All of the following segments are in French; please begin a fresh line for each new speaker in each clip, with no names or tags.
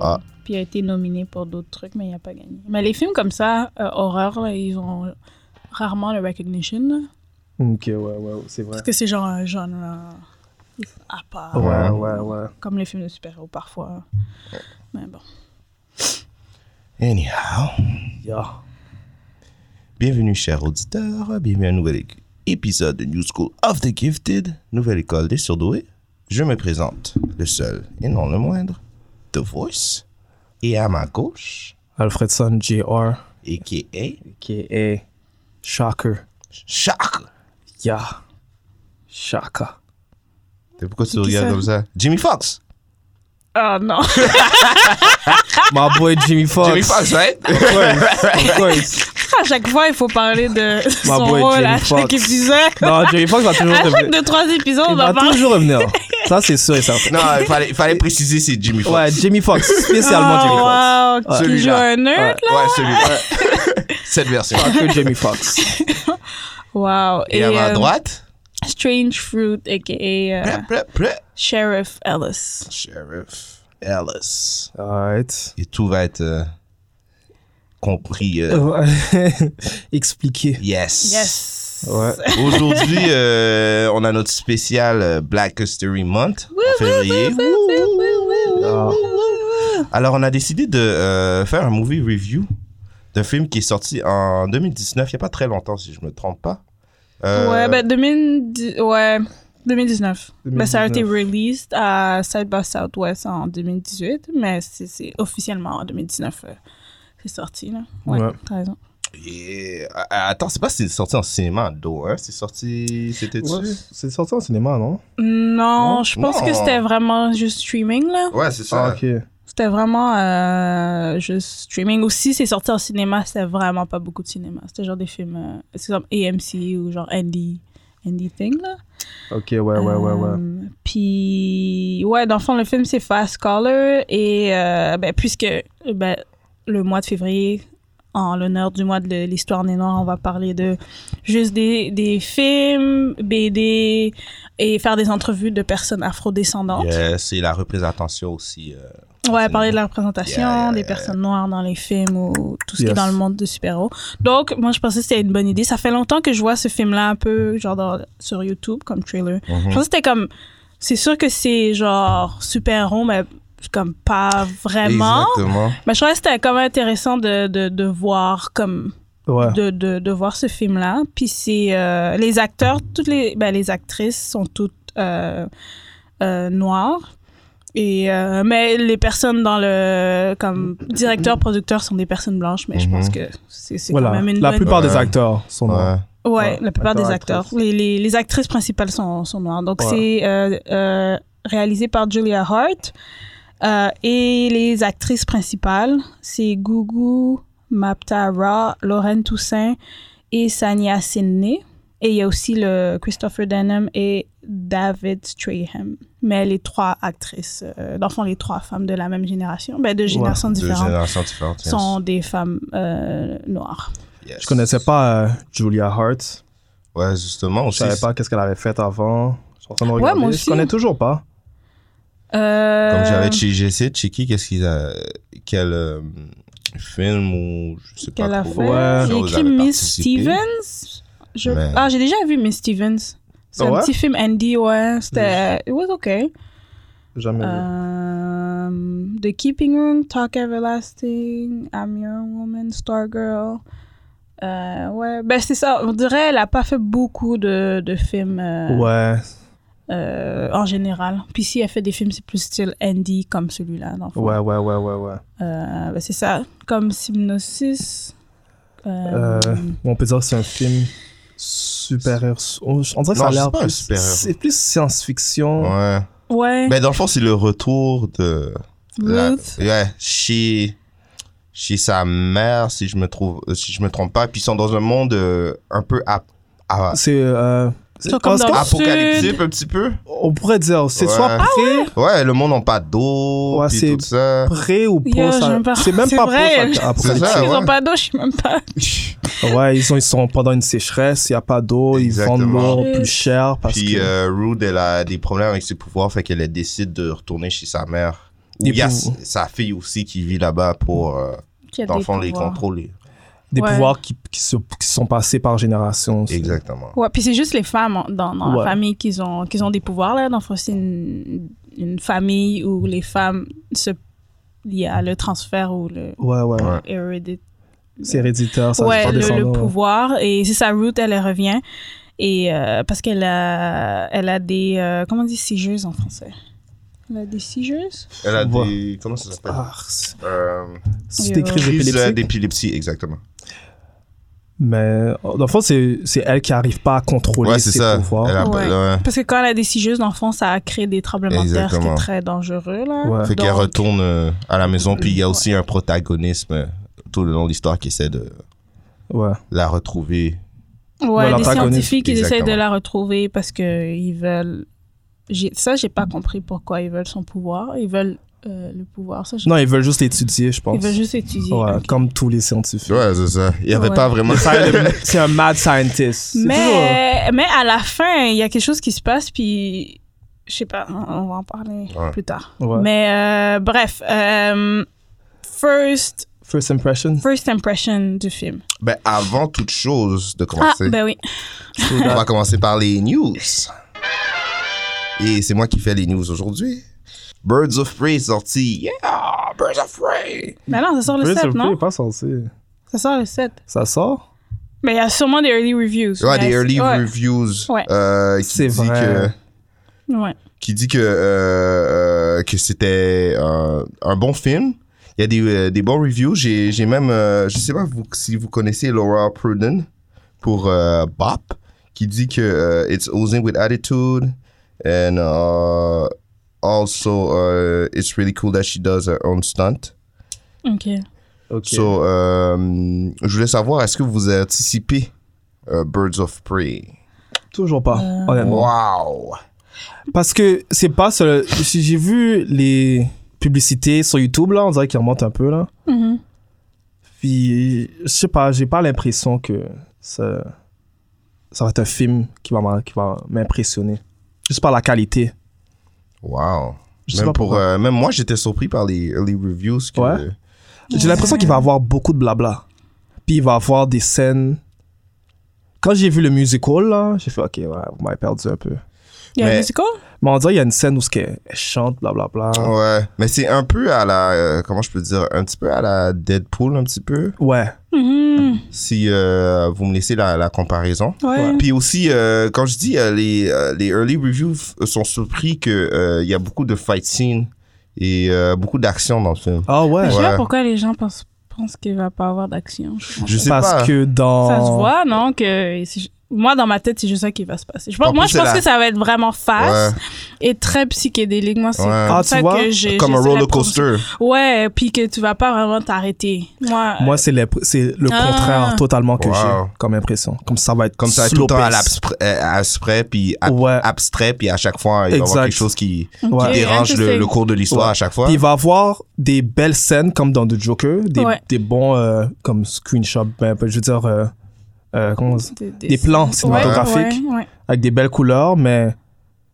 Ah.
Puis il a été nominé pour d'autres trucs, mais il n'a pas gagné. Mais les films comme ça, euh, horreur, là, ils ont rarement le recognition. là.
Ok, ouais, ouais, c'est vrai.
Parce que c'est genre un genre euh, à part.
Ouais, ouais, ouais.
Comme les films de super-héros parfois. Mais bon.
Anyhow,
Yeah.
bienvenue chers auditeurs, bienvenue à un nouvel é- épisode de New School of the Gifted, nouvelle école des surdoués. Je me présente, le seul et non le moindre, The Voice, et à ma gauche,
Alfredson Jr.,
a.k.a.
qui est Shocker.
Shark.
Yeah. Shaka.
Et Pourquoi tu
qui
regardes
ça?
comme ça? Jimmy Fox!
Ah non!
My boy Jimmy Fox.
Jimmy Fox, right?
Of course, of course.
à chaque fois, il faut parler de
My
son
boy,
rôle à
Jamie
chaque
Fox.
épisode.
Non, Jimmy Fox va toujours
À chaque
revenir.
deux, trois épisodes,
Il
on
va
en parle.
toujours revenir. Ça, c'est sûr et certain.
non, il fallait, il fallait préciser c'est Jimmy Fox.
Ouais, Jimmy Fox. Spécialement Jimmy Fox.
Oh, wow, qui
Celui-là.
joue un nerd,
Ouais.
là?
Ouais, celui-là. Cette version.
Que Jimmy Fox.
Wow.
Et, à ma
euh,
droite,
Strange Fruit, a.k.a. euh,
prêt, prêt, prêt,
Sheriff Ellis.
Sheriff Ellis.
Alright.
Et tout va être euh, compris. euh,
Ouais. Expliqué.
Yes.
Yes.
Ouais.
Aujourd'hui, euh, on a notre spécial euh, Black History Month en février.
Ah.
Alors, on a décidé de euh, faire un movie review d'un film qui est sorti en 2019, il n'y a pas très longtemps, si je me trompe pas. Euh,
Ouais, ben 2010 ouais, 2019. Ben, ça a été
2019.
released à South by Southwest en 2018, mais c'est- c'est officiellement en 2019. euh, C'est sorti, là. Ouais,
Ouais.
t'as raison.
et- ah, ah, attends, c'est pas si c'est sorti en cinéma, d'eau, hein? C'est sorti. C'était dessus?
Ouais,
Ouais,
C'est sorti en cinéma, non?
Non,
Non?
je pense
Non.
que c'était vraiment juste streaming, là.
c'est
Ah,
ça.
ok.
C'était vraiment euh, juste streaming. Aussi, c'est sorti en cinéma, c'était vraiment pas beaucoup de cinéma. C'était genre des films, euh, c'est comme AMC ou genre Andy, Andy Thing, là.
Ok, ouais, ouais, ouais, ouais.
Euh, Puis, ouais, dans le fond, le film, c'est Fast Caller. Et euh, ben, puisque ben, le mois de février, en l'honneur du mois de le- l'histoire des Noirs, on va parler de juste des, des films, BD et faire des entrevues de personnes afrodescendantes.
Yes, et la représentation aussi. euh,
Ouais, parler de la représentation
Yeah, yeah,
des
yeah.
personnes noires dans les films ou tout ce qui est
Yes.
dans le monde du super-héros. Donc, moi, je pensais que c'était une bonne idée. Ça fait longtemps que je vois ce film-là un peu, genre, dans- sur YouTube, comme trailer.
Mm.
Je pensais que c'était comme... C'est sûr que c'est, genre, super-héros, mais comme pas vraiment.
Exactement.
Mais je trouvais que c'était quand même intéressant de, de, de voir, comme...
Ouais.
De, de, de voir ce film-là. Puis c'est... euh, les acteurs, toutes les... Ben, les actrices sont toutes euh, euh, noires. Et, euh, mais les personnes dans le... Comme directeur, producteur sont des personnes blanches, mais je
Mhm.
pense que c'est c'est
Mm-hmm. Voilà.
quand même une
La
bonne...
plupart des
Ouais.
acteurs sont noirs.
Ouais.
Ouais,
ouais,
la plupart des
acteurs,
acteurs. Les, les, les actrices principales sont, sont noires. Donc
Ouais.
c'est euh, euh, réalisé par Julia Hart. Euh, et les actrices principales, c'est Gugu Maptara, Lauren Toussaint et Sania Sidney. Et il y a aussi le Christopher Denham et David Strahan. Mais les trois actrices, euh, dans le fond, les trois femmes de la même génération, ben, de générations
Deux
différentes,
générations différentes. yes.
sont des femmes euh, noires.
Yes.
Je connaissais pas euh, Julia Hart.
Ouais, justement, on
Je savais
sait-
pas qu'est-ce qu'elle avait fait avant. Je suis en train de regarder.
moi
Je
aussi.
connais toujours pas.
Euh,
Comme j'avais che- j'ai essayé de checker qu'est-ce qu'il a. Quel euh, film ou je sais
qu'elle
pas
a
trop.
fait.
Ouais.
J'ai
Chose
écrit
avait
Miss
participé.
Stevens. Je-
Mais-
Ah, j'ai déjà vu Miss Stevens. C'est
Ah
un
ouais?
petit film indie, ouais. C'était. It was okay.
Jamais vu.
Euh, The Keeping Room, Talk Everlasting, I'm Your Woman, Stargirl. Euh, ouais, ben c'est ça. On dirait qu'elle a pas fait beaucoup de, de films euh,
Ouais.
euh, en général. Puis si elle fait des films, c'est plus style indie comme celui-là. dans le fond.
Ouais, ouais, ouais, ouais, ouais.
Euh, ben, c'est ça. Comme Simnosis.
Euh,
Euh,
on peut dire que c'est un film super-héros. Oh, On, on dirait que ça
Non,
a l'air
c'est pas un
plus.
super-héros.
C'est plus science-fiction.
Ouais.
Ouais.
Ben, dans le fond, c'est le retour de. la-
Ruth.
ouais, chez. Chez sa mère, si je me trouve, euh, si je me trompe pas. Puis ils sont dans un monde euh, un peu ap- à-
C'est. euh,
Ils sont comme
parce
dans
que-
le
apocalyptique
sud.
un petit peu.
On pourrait dire, c'est
Ouais.
soit
Ah
pré,
Ouais, le monde en pas d'eau,
Ouais,
puis
c'est-
tout ça.
pré ou
Yo,
post.
je me parle-
C'est même
c'est
pas
vrai.
post
C'est ça,
Ils
ouais.
ont pas d'eau, je sais même pas.
Ouais, ils sont, ils sont pendant une sécheresse, il n'y a pas d'eau, ils vendent
Exactement.
l'eau plus cher parce
Puis
que.
euh, Rude, elle a des problèmes avec ses pouvoirs, fait qu'elle elle décide de retourner chez sa mère. Ou
Des
il y a s-
pouvoirs.
sa fille aussi qui vit là-bas pour, euh,
Qu'il y a
dans le
des
fond, les
pouvoirs.
contrôler.
des
ouais.
pouvoirs qui, qui, se, qui sont passés par génération. aussi.
Exactement.
Ouais, puis c'est juste les femmes en- dans, dans
Ouais.
la famille qui ont, qu'ils ont des pouvoirs. Là. Dans le fond, c'est une, une famille où les femmes, se, il y a le transfert ou le
Ouais, ouais.
Ouais.
hérédité.
C'est héréditaire, ça.
ouais,
c'est
le, le
descendant.
pouvoir. Et c'est sa route, elle, elle revient. Et euh, parce qu'elle a, elle a des. euh, comment on dit sigeuses en français Elle a des sigeuses
Elle a
Ouais.
des. Comment ça s'appelle
Ah, c'est-
euh,
c'est
Yo.
des crises
Crise euh,
épileptiques.
d'épilepsie, exactement.
Mais oh, dans le fond, c'est c'est elle qui n'arrive pas à contrôler
Ouais, c'est
ses
ça.
pouvoirs.
Elle a-
Ouais.
là,
Parce que quand elle a des sigeuses, dans le fond, ça a créé des tremblements de terre, ce qui
Exactement.
est très dangereux. Là.
Ouais.
Fait qu'elle
Donc-
retourne euh, à la maison, puis il y a aussi un protagonisme euh, tout le long de l'histoire qui essaie de
Ouais.
la retrouver.
Ouais,
Voilà,
des
antagoniste.
scientifiques, ils essayent de
Exactement.
la retrouver parce que ils veulent. j'ai- Ça, j'ai pas compris pourquoi ils veulent son pouvoir. Ils veulent euh, le pouvoir. Ça, j'ai-
Non, ils veulent juste l'étudier, je pense.
ils veulent juste étudier.
Ouais,
Ok.
comme tous les scientifiques.
Ouais, c'est ça. Il n'y avait
Ouais.
pas vraiment.
c'est un mad scientist. C'est toujours-
Mais, mais à la fin, il y a quelque chose qui se passe, puis je sais pas, on on va en parler
Ouais.
plus tard.
Ouais.
Mais euh, bref, euh, first,
First impression.
first impression du film.
ben, avant toute chose de
Ah,
commencer,
ben oui.
So
on
that-
va commencer par les news. Et c'est moi qui fais les news aujourd'hui. Birds of Prey sorti. Yeah! Birds of Prey!
Mais Ben non, ça sort le
First
7,
impression
non?
est pas sorti.
Ça sort le 7.
Ça sort?
Mais il y a sûrement des early reviews.
Ouais,
mais
des
c'est-
early
ouais,
reviews.
Ouais.
euh, qui
C'est
dit
vrai.
que-
Ouais.
qui dit que, euh, euh, que c'était euh, un bon film. Il y a des, euh, des bons reviews. J'ai j'ai même, euh, je sais pas vous- si vous connaissez Laura Pruden pour euh, Bop, qui dit que euh, it's oozing with attitude and uh, also uh, it's really cool that she does her own stunt.
Ok.
Ok.
So, euh, je voulais savoir, est-ce que vous anticipez euh, Birds of Prey?
Toujours pas,
Euh,
honnêtement.
Wow!
Parce que c'est pas seul. si J'ai vu les publicités sur YouTube, là, on dirait qu'ils remontent un peu, là.
Mhm.
Puis, je sais pas, j'ai pas l'impression que ça, ça va être un film qui va m'a- qui va m'impressionner. Juste par la qualité.
Wow.
Je sais
Même,
pas
pour,
pourquoi.
euh, même moi, j'étais surpris par les early reviews. Que,
Ouais. J'ai l'impression qu'il va avoir beaucoup de blabla. Puis il va avoir des scènes. Quand j'ai vu le musical, là, j'ai fait, ok, ouais, vous m'avez perdu un peu.
Il y a
Mais-
un musical?
Mais on dirait qu'il y a une scène où ce qu'elle elle chante, blablabla.
Ouais. Mais c'est un peu à la. euh, comment je peux dire Un petit peu à la Deadpool, un petit peu.
Ouais.
Mhm.
Si euh, vous me laissez la, la comparaison.
Ouais.
Puis aussi, euh, quand je dis euh, les, euh, les early reviews f- euh, sont surpris qu'il y a beaucoup de fight scenes et euh, beaucoup d'action dans le film.
Ah ouais.
Je sais
Ouais.
pas pourquoi les gens pensent, pensent qu'il va pas avoir d'action. je pense.
Je sais
Parce
pas.
que dans.
Ça se voit, non? Que c'est ju- moi, dans ma tête, c'est juste ça qui va se passer. Je pense,
En
moi,
plus,
je pense
c'est la-
que ça va être vraiment
Ouais.
fast et très psychédélique. Moi, c'est
Ouais.
comme
Ah,
tu
ça
vois,
que j'ai.
Comme un
j'essaie de
roller
la prendre.
coaster.
Ouais, puis que tu vas pas vraiment t'arrêter. Moi, euh,
Moi, c'est le, c'est le
Ah.
contraire totalement que
Wow.
j'ai comme impression. Comme ça va être
Comme ça, tout le temps à
slow-paced.
l'abstrait, euh, abstrait, puis ab-
Ouais.
abstrait, puis à chaque fois, il va y
Exact.
avoir quelque chose qui, qui
Ok, hein,
dérange le,
interesting.
le cours de l'histoire
Ouais.
à chaque fois.
Puis il va avoir des belles scènes comme dans The Joker, des,
Ouais.
des bons euh, comme screenshots, ben, ben, je veux dire, euh, euh, comment on dit?
des, des-
des plans
Ouais,
cinématographiques
ouais, ouais.
avec des belles couleurs, mais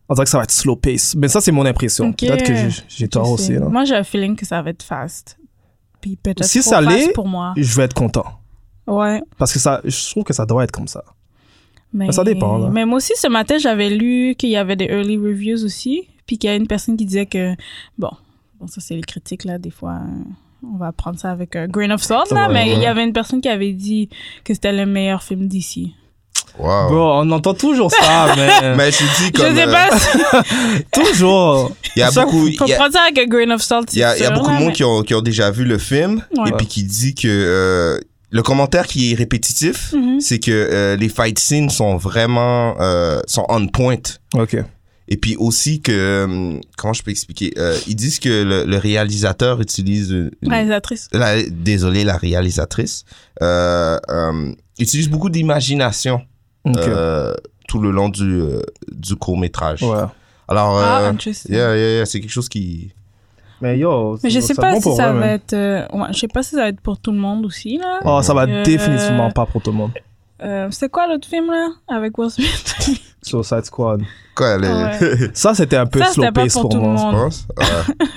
on dirait que ça va être slow pace. Mais ça, c'est mon impression.
Ok.
Peut-être que j'ai- j'ai tort
Je sais.
aussi. là.
Moi, j'ai un feeling que ça va être fast. Puis peut-être
Si
trop
ça l'est-
fast pour moi.
Je vais être content.
Ouais.
Parce que ça, je trouve que ça doit être comme ça.
Mais,
Ça dépend, là.
Mais moi aussi, ce matin, j'avais lu qu'il y avait des early reviews aussi, puis qu'il y a une personne qui disait que, bon, bon ça c'est les critiques, là, des fois, euh, on va prendre ça avec un grain of salt, là,
Ouais,
mais
ouais.
il y avait une personne qui avait dit que c'était le meilleur film d'ici.
Wow.
Bro, on entend toujours ça, mais,
Mais je te dis
Je
comme
sais
euh,
pas si
toujours.
il y a
Ça,
beaucoup
faut
il y a,
prendre ça avec un grain of salt.
il y a-
c'est
il y a
sûr,
beaucoup de
là,
monde
mais-
qui ont, qui ont déjà vu le film
Ouais.
et puis qui dit que euh, le commentaire qui est répétitif,
Mhm.
c'est que euh, les fight scenes sont vraiment euh, sont on point.
Ok.
Et puis aussi que euh, comment je peux expliquer Euh, Ils disent que le, le réalisateur utilise une- une-
Réalisatrice.
la- désolé la réalisatrice euh, euh, utilise beaucoup d'imagination
Ok.
euh, tout le long du euh, du court métrage.
ouais.
Alors
Ah,
euh,
interesting.
yeah, yeah, yeah, c'est quelque chose qui
Mais yo,
Mais je sais
c'est- c'est
pas
bon
si
pour
ça
eux,
va
man.
être. euh, ouais, je sais pas si ça va être pour tout le monde aussi, là.
Oh, ça va
Euh,
définitivement pas pour tout le monde.
Euh, c'est quoi l'autre film, là Avec Will Smith
Suicide Squad.
quoi le-
Ouais.
Ça, c'était un peu
Ça,
slow
c'était pas
pace
pour
pour,
tout le
moi.
monde.
je pense. Ouais.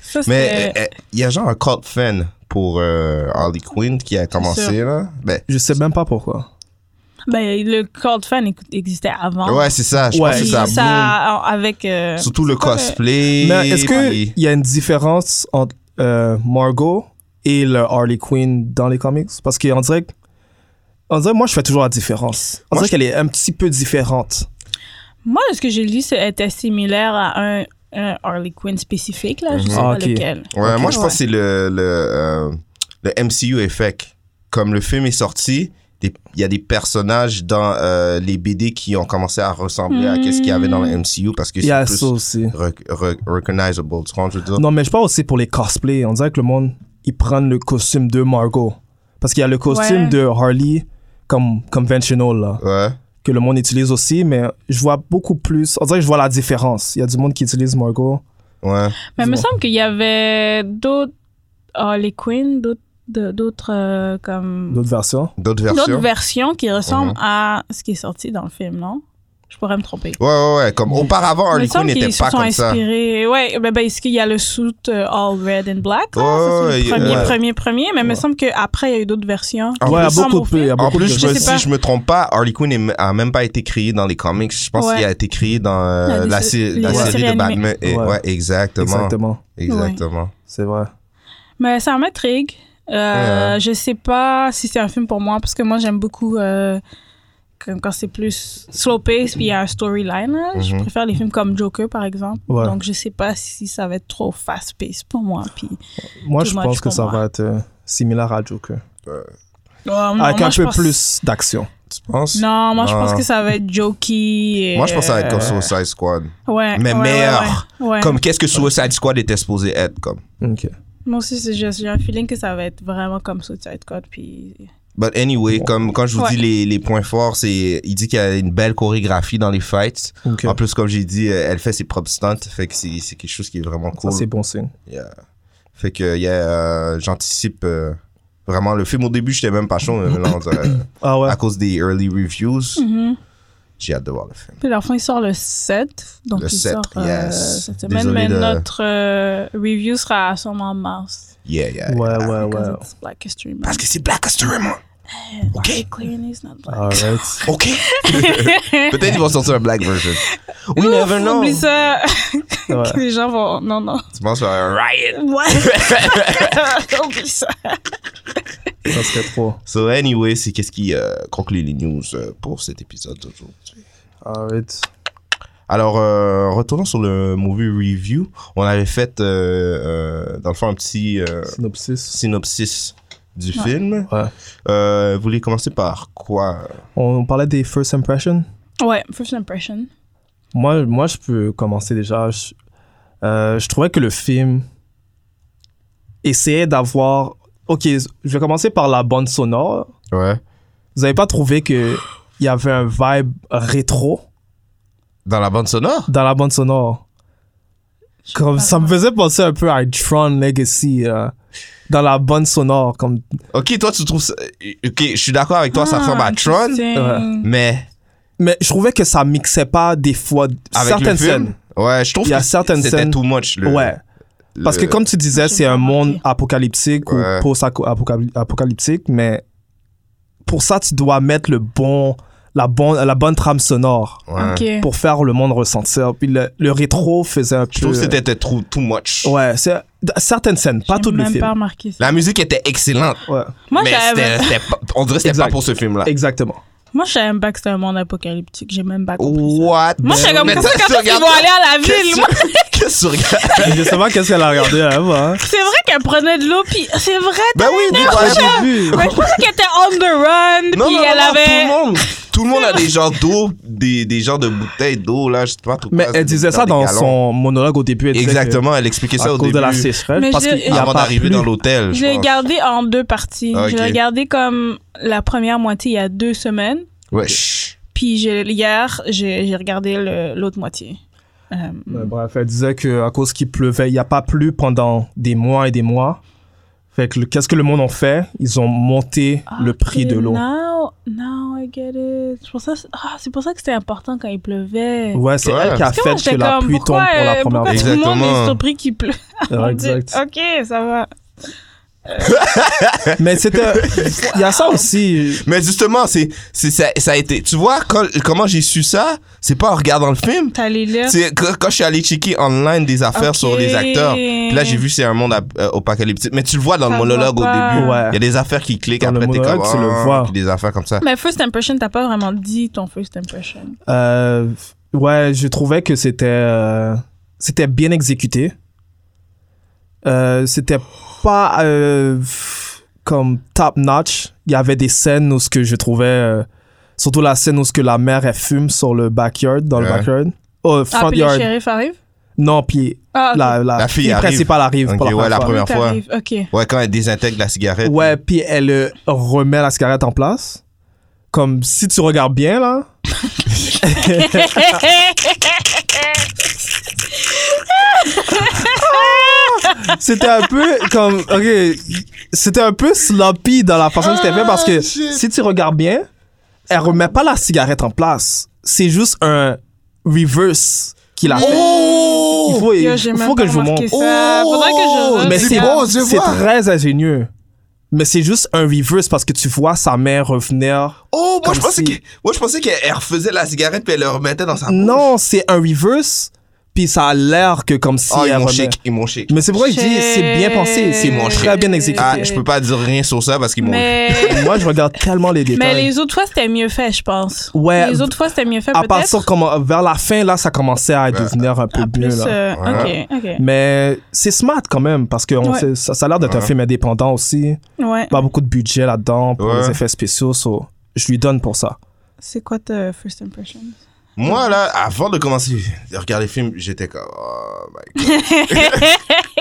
Ça,
Mais
c'est.
euh, euh, il y a genre un cult fan pour euh, Harley Quinn qui a commencé
sûr.
là. Ben,
Je sais même pas pourquoi.
Ben, le Cold Fan écoute, existait avant.
ouais, c'est ça. Je
Ouais.
pense que
Puis
ça, a boom.
ça, avec. euh,
Surtout le
c'est pas le-
cosplay.
Mais est-ce
puis-
qu'il y a une différence entre euh, Margot et le Harley Quinn dans les comics Parce qu'on dirait que. On dirait, moi, je fais toujours la différence. On
Moi,
dirait qu'elle est un petit peu différente.
Moi, ce que j'ai lu, c'était similaire à un, un Harley Quinn spécifique, là. Je sais
Mhm.
pas
Ah, ok.
lequel.
Ouais,
Ok,
moi je pense
ouais.
que c'est le, le, euh, le MCU effect. Comme le film est sorti, des- il y a des personnages dans euh, les BD qui ont commencé à ressembler à quest ce qu'il y avait dans
Hmm.
le MCU parce que
Il y a
c'est plus
ça aussi.
rec- rec- recognizable. Tu comprends, ce que je veux dire?
Non, mais je parle aussi pour les cosplays. On dirait que le monde, ils prennent le costume de Margot. Parce qu'il y a le costume
Ouais.
de Harley comme conventional, là,
Ouais.
que le monde utilise aussi, mais je vois beaucoup plus. On dirait que je vois la différence. Il y a du monde qui utilise Margot.
Ouais.
Mais il me
Dis-moi.
semble qu'il y avait d'autres Harley Quinn, d'autres- de- d'autres euh, comme
D'autres versions.
D'autres versions. Mhm.
d'autres versions qui ressemblent à ce qui est sorti dans le film, non Je pourrais me tromper.
Ouais, ouais, ouais. Comme auparavant,
il me
Harley Quinn
semble qu'ils
n'était
se
pas
sont
comme ça.
inspirés. Ouais, ben, ben, est-ce qu'il y a le suit euh, all red and black là?
Ouais,
Ça, c'est le
ouais,
premier,
ouais. Ah.
premier, premier. Mais il me semble qu'après, il y a eu d'autres versions.
En
ouais, il y a
plus,
beaucoup
en
de. il y a
En
beaucoup
plus,
de-
je me-
sais pas.
si je me trompe pas, Harley Quinn est- a même pas été créée dans les comics. Je pense
Ouais.
qu'il a été créé dans euh,
Dans les
la,
sé-
sé- la
les
série
séries
de Batman.
animées.
Et-
Ouais.
ouais, exactement. Exactement.
Exactement. C'est vrai.
Mais ça m'intrigue.
hein.
Euh, Je sais pas si c'est un film pour moi, parce que moi, j'aime beaucoup euh, comme quand c'est plus slow pace puis il y a un storyline. là. Je
Mhm.
préfère les films comme Joker, par exemple.
Ouais.
Donc, je sais pas si ça va être trop fast pace pour moi. Puis... euh,
Moi,
Too
je
much
pense que
pour
ça
moi.
va être euh, similaire à Joker.
Oh, non,
Avec
moi,
un
je
peu
pense-
plus d'action.
Tu penses
Non, moi, je
Non.
pense que ça va être jokey. et,
Ah. Moi, je pense que ça va être comme
euh,
Suicide Squad.
Ouais,
Mais
ouais, ouais,
meilleur.
ouais, ouais.
Comme qu'est-ce que Suicide Squad était supposé être comme.
Ok.
Moi aussi, c'est juste- j'ai un feeling que ça va être vraiment comme Suicide Code. Puis...
But anyway, comme quand je vous
Ouais.
dis les, les points forts, c'est il dit qu'il y a une belle chorégraphie dans les fights.
Ok.
En plus, comme j'ai dit, euh, elle fait ses propres stunts, fait que c'est c'est quelque chose qui est vraiment
Ça,
cool.
c'est bon signe.
Yeah. Fait que yeah, euh, j'anticipe euh, vraiment le film. Au début, j'étais même pas chaud, mais là, on dirait, euh,
Ah ouais.
à cause des early reviews,
Mhm.
j'ai hâte de voir le film.
Puis l'enfant, il sort le 7. Donc
Le
il
7,
sort euh,
yes.
cette semaine. mais
Désolé de-
notre euh, review sera sûrement en mars.
Yeah, yeah.
Ouais,
yeah.
ouais,
Because
ouais.
it's Black History Month.
Parce que c'est Black History Month.
Why Clearing is not black.
Alright.
OK? Peut-être ils vont sortir un black version. We
Ouf,
never know.
Oublie ça.
Ouais.
que les gens vont. Non, non.
Tu penses à un riot.
Ouais. oublie ça.
Ça serait trop.
So anyway, c'est qu'est-ce qui euh, conclut les news euh, pour cet épisode d'aujourd'hui.
Alright.
Alors, euh, retournons sur le movie review. On avait fait, euh, euh, dans le fond, un petit euh,
Synopsis.
synopsis du film.
Ouais.
Euh, vous voulez commencer par quoi?
On parlait des first impressions.
Ouais, first impression.
Moi, moi, je peux commencer déjà. Je, euh, je trouvais que le film essayait d'avoir. Ok, je vais commencer par la bande sonore.
Ouais.
Vous n'avez pas trouvé que il y avait un vibe rétro
Dans la bande sonore?
dans la bande sonore Comme ça me faisait penser un peu à Tron Legacy euh, dans la bande sonore. Comme
Ok, toi, tu trouves ça... Ok, je suis d'accord avec toi, ça
Ah,
ressemble à Tron,
interesting.
Ouais.
mais
mais je trouvais que ça mixait pas des fois
avec
certaines
le film...
scènes.
Ouais, je trouve
Il y a
que
certaines
c'était
scènes-
too much. Le,
ouais. Parce que
le-
comme tu disais,
J'ai
c'est
pas
un monde
remarqué.
apocalyptique
Ouais.
ou post-apocalyptique, mais pour ça, tu dois mettre le bon, la, bon, la bonne trame sonore
Ouais.
Ok.
pour faire le monde ressentir. Puis le, le rétro faisait un
Je trouve
peu...
que c'était trop too much.
Ouais, c'est d- certaines scènes, pas
J'ai
tout le
même
film.
pas remarqué ça.
La musique était excellente,
Ouais,
Moi,
mais
j'avais.
c'était- c'était pas- on dirait que c'était
Exact.
pas pour ce film-là.
exactement.
Moi, je savais même pas que c'était un monde apocalyptique. J'ai même
Oh,
pas compris. ça.
What?
Moi, je suis comme,
Mais
quand
ça, tu
est-ce qu'ils
regardes-
vont aller à la ville?
Qu'est-ce
Moi,
que- Qu'est-ce que tu regardes?
Justement, qu'est-ce qu'elle a regardé avant? hein?
C'est vrai qu'elle prenait de l'eau, puis c'est vrai.
Ben oui, dis
Au
pas
début.
Mais je pensais qu'elle était on the run,
Non,
puis
non, non,
elle
non,
avait.
tout le monde. Tout le monde a des genres d'eau, des, des genres de bouteilles d'eau, là, je sais pas trop
Mais
quoi, Ah, c'est
elle disait
des-
ça dans
des galons.
son monologue au début. Elle disait
Exactement, elle expliquait
que
ça
à
au
cause de
début.
la sécheresse.
Mais
parce
je-
qu'il y a
Avant
pas
d'arriver
plu.
dans l'hôtel.
Je
je
l'ai
pense.
gardé en deux parties.
Ah,
Je
ok.
l'ai gardé comme la première moitié il y a deux semaines,
Ouais. chut.
puis je- hier, j'ai j'ai regardé le- l'autre moitié. Euh,
Mais bref, elle disait qu'à cause qu'il pleuvait, il n'y a pas plu pendant des mois et des mois. Fait que le- qu'est-ce que le monde en fait Ils ont monté
Ah,
le prix
ok,
de l'eau.
Now, now I get it. C'est pour ça, ah, c'est pour ça que c'était important quand il pleuvait.
Ouais, c'est
Ouais.
elle qui a
Parce que moi,
fait
j'étais
que la
comme,
pluie tombe pour
pourquoi,
la
euh,
première
pourquoi
fois.
tout le monde
Exactement.
est surprit qu'il pleut. On dit,
Exact.
ok, ça va.
Mais c'était. Il y a ça aussi.
Mais justement, c'est, c'est, ça, ça a été. Tu vois, quand- comment j'ai su ça, c'est pas en regardant le film.
T'allais lire.
C'est quand, quand je suis allé checker online des affaires
Ok.
sur les acteurs. Puis là, j'ai vu c'est un monde ap- euh, apocalyptique. Mais tu le vois dans le
Ça
monologue au
va pas.
début.
Ouais.
Il y a des affaires qui cliquent.
Dans le
après, t'es comme.
monologue, tu le
ah,
vois.
puis des affaires comme ça.
Mais first impression, t'as pas vraiment dit ton first impression.
Euh, ouais, je trouvais que c'était euh, c'était bien exécuté. Euh, c'était pas euh, comme top notch. Il y avait des scènes où ce que je trouvais, euh, surtout la scène où ce que la mère elle fume sur le backyard, dans le
Ouais.
backyard, oh,
Ah,
front
puis le
yard.
shérif arrive?
Non, puis
Ah, ok.
la, la,
La fille arrive.
principale arrive pour
Ok,
la
ouais, la
première fois.
première fois.
T'arrives, Ok.
Ouais, quand elle désintègre la cigarette.
Ouais, puis elle euh, remet la cigarette en place. Comme si tu regardes bien là. C'était un peu comme. Ok. C'était un peu sloppy dans la façon que c'était fait parce que si tu regardes bien, elle remet pas la cigarette en place. C'est juste un reverse qu'il a fait. Il faut,
Oh! Yo,
il
j'ai
faut
même pas
que je vous montre.
remarqué ça. Faudrait que je
Mais
regarde.
c'est
Oh! bon, je
C'est
vois.
très ingénieux. Mais c'est juste un reverse parce que tu vois sa mère revenir.
Oh, moi
Comme
je, pensais
si-
que, moi, je pensais qu'elle elle refaisait la cigarette puis elle le remettait dans sa bouche.
Non, c'est un reverse, puis ça a l'air que comme si
Oh, ils
elle
m'ont
remet.
chic, ils m'ont chic.
Mais c'est pourquoi je dis c'est bien pensé, c'est
Ils m'ont
très
chic.
bien exécuté.
Ah, je peux pas dire rien sur ça parce qu'ils m'ont
Mais,
Moi, je regarde tellement les détails.
mais les autres fois, c'était mieux fait, je pense.
Ouais.
Les autres fois, c'était mieux fait,
à
peut-être.
partir comment, vers la fin là, ça commençait à devenir un peu
Ah,
mieux
plus,
là.
euh,
Ouais.
ok, ok.
Mais c'est smart quand même parce que on
Ouais.
sait- ça, ça a l'air d'être un
Ouais.
film indépendant aussi.
Ouais.
Pas beaucoup de budget là-dedans pour
Ouais.
les effets spéciaux. so, je lui donne pour ça.
C'est quoi ta first impression?
Moi, là, avant de commencer à regarder le film, j'étais comme. Oh my god.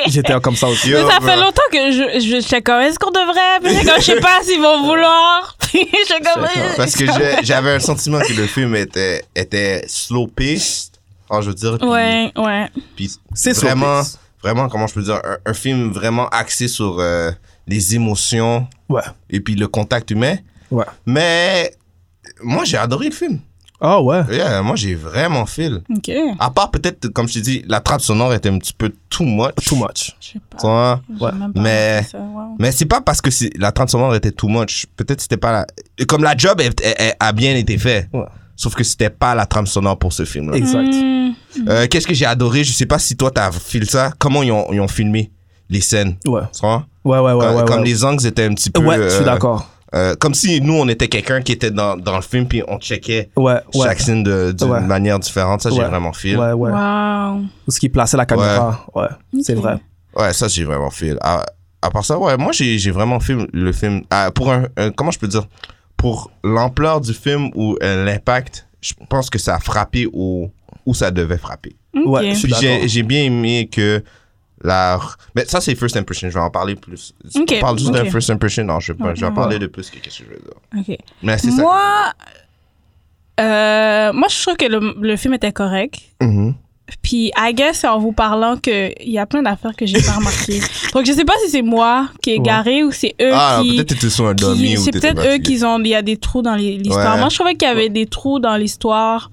J'étais comme ça aussi.
Yo,
Mais ça fait
bro.
longtemps que je, je, j'étais comme, est-ce qu'on devrait? Puis j'étais comme, je sais pas s'ils vont vouloir. Puis j'étais comme, euh,
Parce que j'ai- j'avais un sentiment que le film était, était slow paced. Oh, je veux dire. puis-
Ouais, ouais.
puis
C'est slow
vraiment,
paced.
vraiment, comment je peux dire, un, un film vraiment axé sur euh, les émotions
Ouais.
et puis le contact humain.
Ouais.
Mais moi, j'ai adoré le film.
Ah ouais.
Yeah, moi, j'ai vraiment fil.
Ok. Je
À part peut-être, comme je t'ai dit, la trappe sonore était un petit peu too much.
Too much.
sais pas.
Tu vois?
J'ai
Ouais,
même pas
mais-
remarqué ça, wow.
Mais c'est pas parce que c'est- la trame sonore était too much. Peut-être c'était pas la... Comme la job elle- elle- elle a bien été faite.
Ouais.
Sauf que c'était pas la trame sonore pour ce film.
Exact.
Hmm.
Qu'est-ce que j'ai adoré? Je sais pas si toi t'as filé ça. Comment ils ont, ils ont filmé les scènes?
Ouais.
Tu vois?
Ouais, ouais, ouais.
comme
ouais,
comme
ouais.
les angles étaient un petit peu...
Ouais, je suis
euh,
d'accord.
euh, comme si nous, on était quelqu'un qui était dans, dans le film puis on checkait
Ouais, ouais.
chaque scène de- d'une
Ouais.
manière différente. Ça, j'ai
Ouais.
vraiment filé.
Ouais,
Hmm.
ouais.
Wow.
Ou ce qui plaçait la caméra. Ouais. C'est
Ok.
vrai.
Ouais, ça, j'ai vraiment fait. À, à part ça, ouais, moi, j'ai j'ai vraiment fait le film. Ah, pour un, un- Comment je peux dire Pour l'ampleur du film ou euh, l'impact, je pense que ça a frappé au, où ça devait frapper.
Ok.
Ouais, je suis
Puis j'ai
d'accord.
j'ai bien aimé que la. Mais ça, c'est First Impression. Je vais en parler plus.
Ok,
On parle juste d'un
ok.
First Impression. Non, je vais, pas,
Ouais,
je vais en
ouais.
parler de plus que qu'est-ce que je veux dire.
Ok.
Mais c'est ça.
Moi, euh, moi, je trouve que le, le film était correct.
Mhm.
Puis, I guess, c'est en vous parlant qu'il y a plein d'affaires que j'ai pas remarquées. Donc, je sais pas si c'est moi qui ai garé ou c'est eux
Ah,
qui.
peut-être t'étais sur un
qui-
dummy ou
c'est
t'étais
peut-être eux
fatigué.
qui ont. Il y a des trous dans les- l'histoire.
Ouais.
Moi, je trouvais qu'il y avait des trous dans l'histoire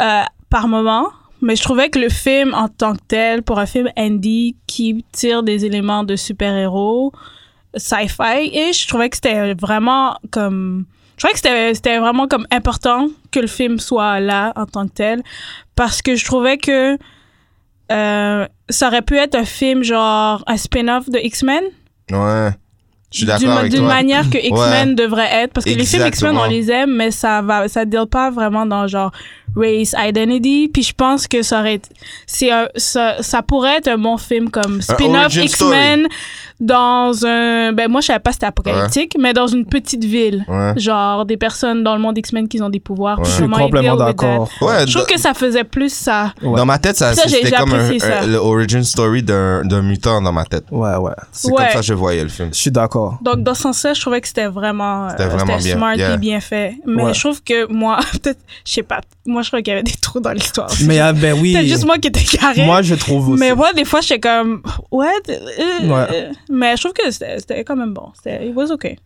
euh, par moment. Mais je trouvais que le film en tant que tel, pour un film indie qui tire des éléments de super-héros, sci-fi, et je trouvais que c'était vraiment comme. Je trouvais que c'était- c'était vraiment comme important que le film soit là en tant que tel. Parce que je trouvais que. euh, ça aurait pu être un film genre un spin-off de X-Men
Ouais. Je suis d'accord avec
D'une
toi.
manière que X-Men devrait être. Parce que les films X-Men, on
Exactement.
les aime, mais ça va, ça deal pas vraiment dans genre race, identity. Puis je pense que ça aurait, été- c'est un- ça, ça pourrait être un bon film comme spin-off
origin story.
X-Men dans un, ben moi je savais pas si c'était apocalyptique, mais dans une petite ville.
Ouais.
Genre des personnes dans le monde X-Men qui ont des pouvoirs. puis
Je suis
comment ils
complètement
deal with that.
d'accord.
Ouais,
Je trouve que ça faisait plus ça.
Ouais.
Dans ma tête, ça,
Ça, j'ai-
c'était
j'ai
comme un,
apprécié
un- euh,
ça.
le origin story d'un d'un mutant dans ma tête.
Ouais, ouais.
C'est
Ouais.
comme ça que je voyais le film.
Je suis d'accord.
Donc, dans ce sens-là, je trouvais que c'était vraiment, euh,
C'était vraiment bien,
smart
yeah.
et bien fait. Mais
Ouais.
je trouve que moi, peut-être, je sais pas, moi, je trouvais qu'il y avait des trous dans l'histoire.
Mais ah, ben oui.
Peut-être juste moi qui étais carré.
Moi, je trouve aussi.
mais moi, des fois, j'étais comme, what? Euh, euh,
Ouais.
Mais je trouve que c'était c'était quand même bon. C'était, it was okay.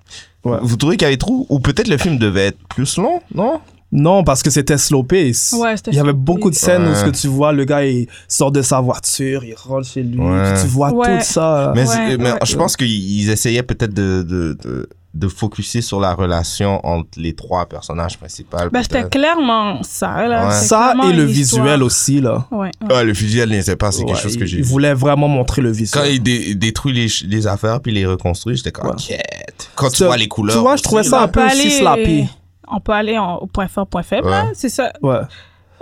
Ouais.
Vous trouvez qu'il y avait trop Ou peut-être le film devait être plus long, non
Non, parce que c'était slow pace.
Ouais, c'était
Il y avait
slow
beaucoup de
pace.
scènes où
Ouais.
ce que tu vois, le gars, il sort de sa voiture, il rentre chez lui,
Ouais.
puis tu vois
Ouais.
tout ça.
Mais,
Ouais,
c'est- mais
ouais.
je pense qu'ils essayaient peut-être de, de, de, de focuser sur la relation entre les trois personnages principaux.
Ben, c'était
peut-être.
clairement ça, là.
Ouais.
C'était
ça
clairement
et le
une histoire.
visuel aussi, là.
Ouais, ouais.
Ah, le fusil, elle n'était pas, c'est
Ouais,
quelque chose que
il-
j'ai
Il
vu.
voulait vraiment montrer le visuel.
Quand il dé- détruit les, ch- les affaires puis les reconstruit, j'étais comme,
Ouais.
inquiète. Quand tu
Ça-
vois les couleurs.
Tu vois, je trouvais
aussi,
ça un
là.
peu
peut
aussi
aller-
slappy.
On peut aller en- au point fort, point faible,
Ouais.
là. C'est ça.
Ouais.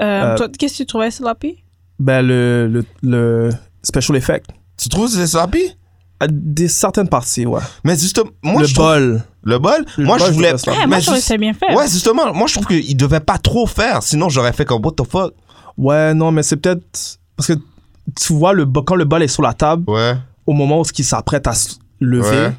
Euh,
Euh,
toi, qu'est-ce que tu trouvais, Slappy?
Ben, le, le, le special effect.
Tu trouves que c'est sloppy
À Des certaines parties, ouais.
Mais justement, moi,
le
je trouve-
bol.
Le bol
Le
Moi,
bol,
je
je
voulais.
trouve ça sloppy.
Ouais, Eh, moi, je trouvais
Ben, juste-
que c'était bien fait.
Ouais, justement, moi, je trouve qu'il devait pas trop faire. Sinon, j'aurais fait comme, what the fuck
Ouais, non, mais c'est peut-être. Parce que tu vois, le, bo- quand le bol est sur la table,
Ouais.
au moment où il s'apprête à se lever,
Ouais.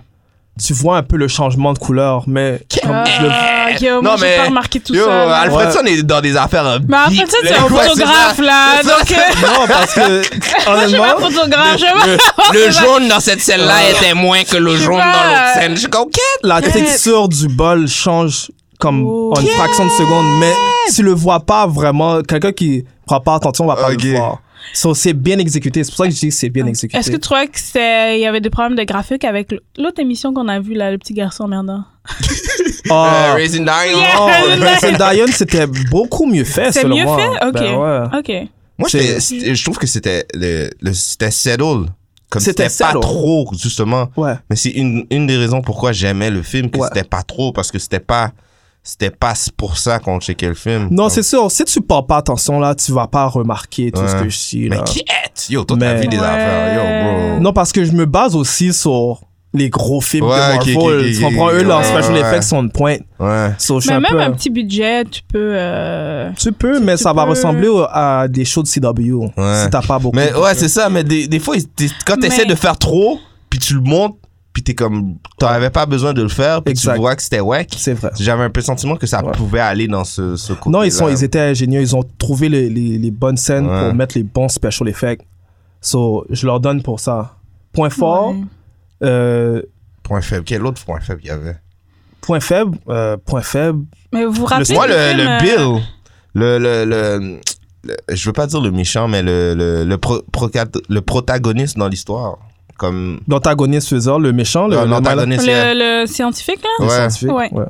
tu vois un peu le changement de couleur, mais. comme je le-
Ah, yo, moi,
Non, mais-
j'ai pas remarqué tout
Yo,
ça. là.
Alfredson est dans des affaires. euh,
Mais après
deep,
ça, c'est
là.
un
Ouais,
photographe,
ça.
là.
C'est ça,
Donc,
c'est-
euh,
Non, parce que.
moi, je suis pas
honnêtement,
photographe. Je sais
Le jaune dans cette scène-là était moins que le
Je sais
jaune
pas.
dans l'autre scène. Je suis comme, OK.
la texture du bol change comme
Oh.
en une fraction de seconde, mais tu le vois pas vraiment. Quelqu'un qui prend pas attention va pas
Ok.
le voir. So, c'est bien exécuté. C'est pour ça que je dis que c'est bien
pas.
exécuté.
Ah, Est-ce que tu trouvais qu'il y avait des problèmes de graphique avec l- l'autre émission qu'on a vue, là, le petit garçon merdant?
Euh,
Ah,
Raising Dion.
Yeah.
non, Vincent Dion, c'était beaucoup mieux fait,
C'est
selon
mieux
moi.
fait? Ok. Ah.
Ben ouais.
Ok.
Moi,
C'est-
j'étais- c'était- je trouve que c'était le, le- c'était settle. Comme
C'était
c'était pas
settle.
trop, justement.
Ouais.
Mais c'est une, une des raisons pourquoi j'aimais le film, que
Ouais.
c'était pas trop, parce que c'était pas, c'était pas pour ça qu'on checkait le film.
Non,
Donc,
c'est sûr. Si tu portes pas attention, là, tu vas pas remarquer tout
Ouais.
ce que je suis,
Mais
là.
qui est Yo, toi, t'as
Mais-
vu des
Ouais.
affaires. Yo, bro.
Non, parce que je me base aussi sur les gros films
Ouais, ok,
de Marvel.
ok, ok,
tu comprends? Eux,
ok,
leurs
ouais,
special
ouais.
effects sont de pointe.
Ouais.
So, je suis
Mais
un
même
peu-
un petit budget, tu peux. euh,
Tu peux, mais
tu
ça va
peux.
ressembler au- à des shows de CW.
Ouais.
Si t'as pas beaucoup.
Mais ouais, c'est ça. Mais des, des fois, ils- t'es- quand t'essaies
Mais-
de faire trop, puis tu le montes, puis t'es comme, t'en avais pas besoin de le faire, puis
Exact.
tu vois que c'était wack.
C'est vrai.
J'avais un peu le sentiment que ça
Ouais.
pouvait aller dans ce, ce côté.
Non, ils, sont, ils étaient ingénieux. Ils ont trouvé les, les- les bonnes scènes
Ouais.
pour mettre les bons special effects. So, je leur donne pour ça. Point fort,
ouais.
euh,
Point faible. Quel autre point faible il y avait
point faible, euh, point faible.
Mais vous vous rappelez.
Moi,
du
le,
film,
le
euh,
Bill, le, le, le, le- Je veux pas dire le méchant, mais le, le, le, pro- procat- le protagoniste dans l'histoire. Comme.
L'antagoniste faisant, le méchant, le,
Non,
le malade,
L'antagoniste, il-
Le, le scientifique, là?
le
Ouais.
scientifique,
Ouais.
ouais.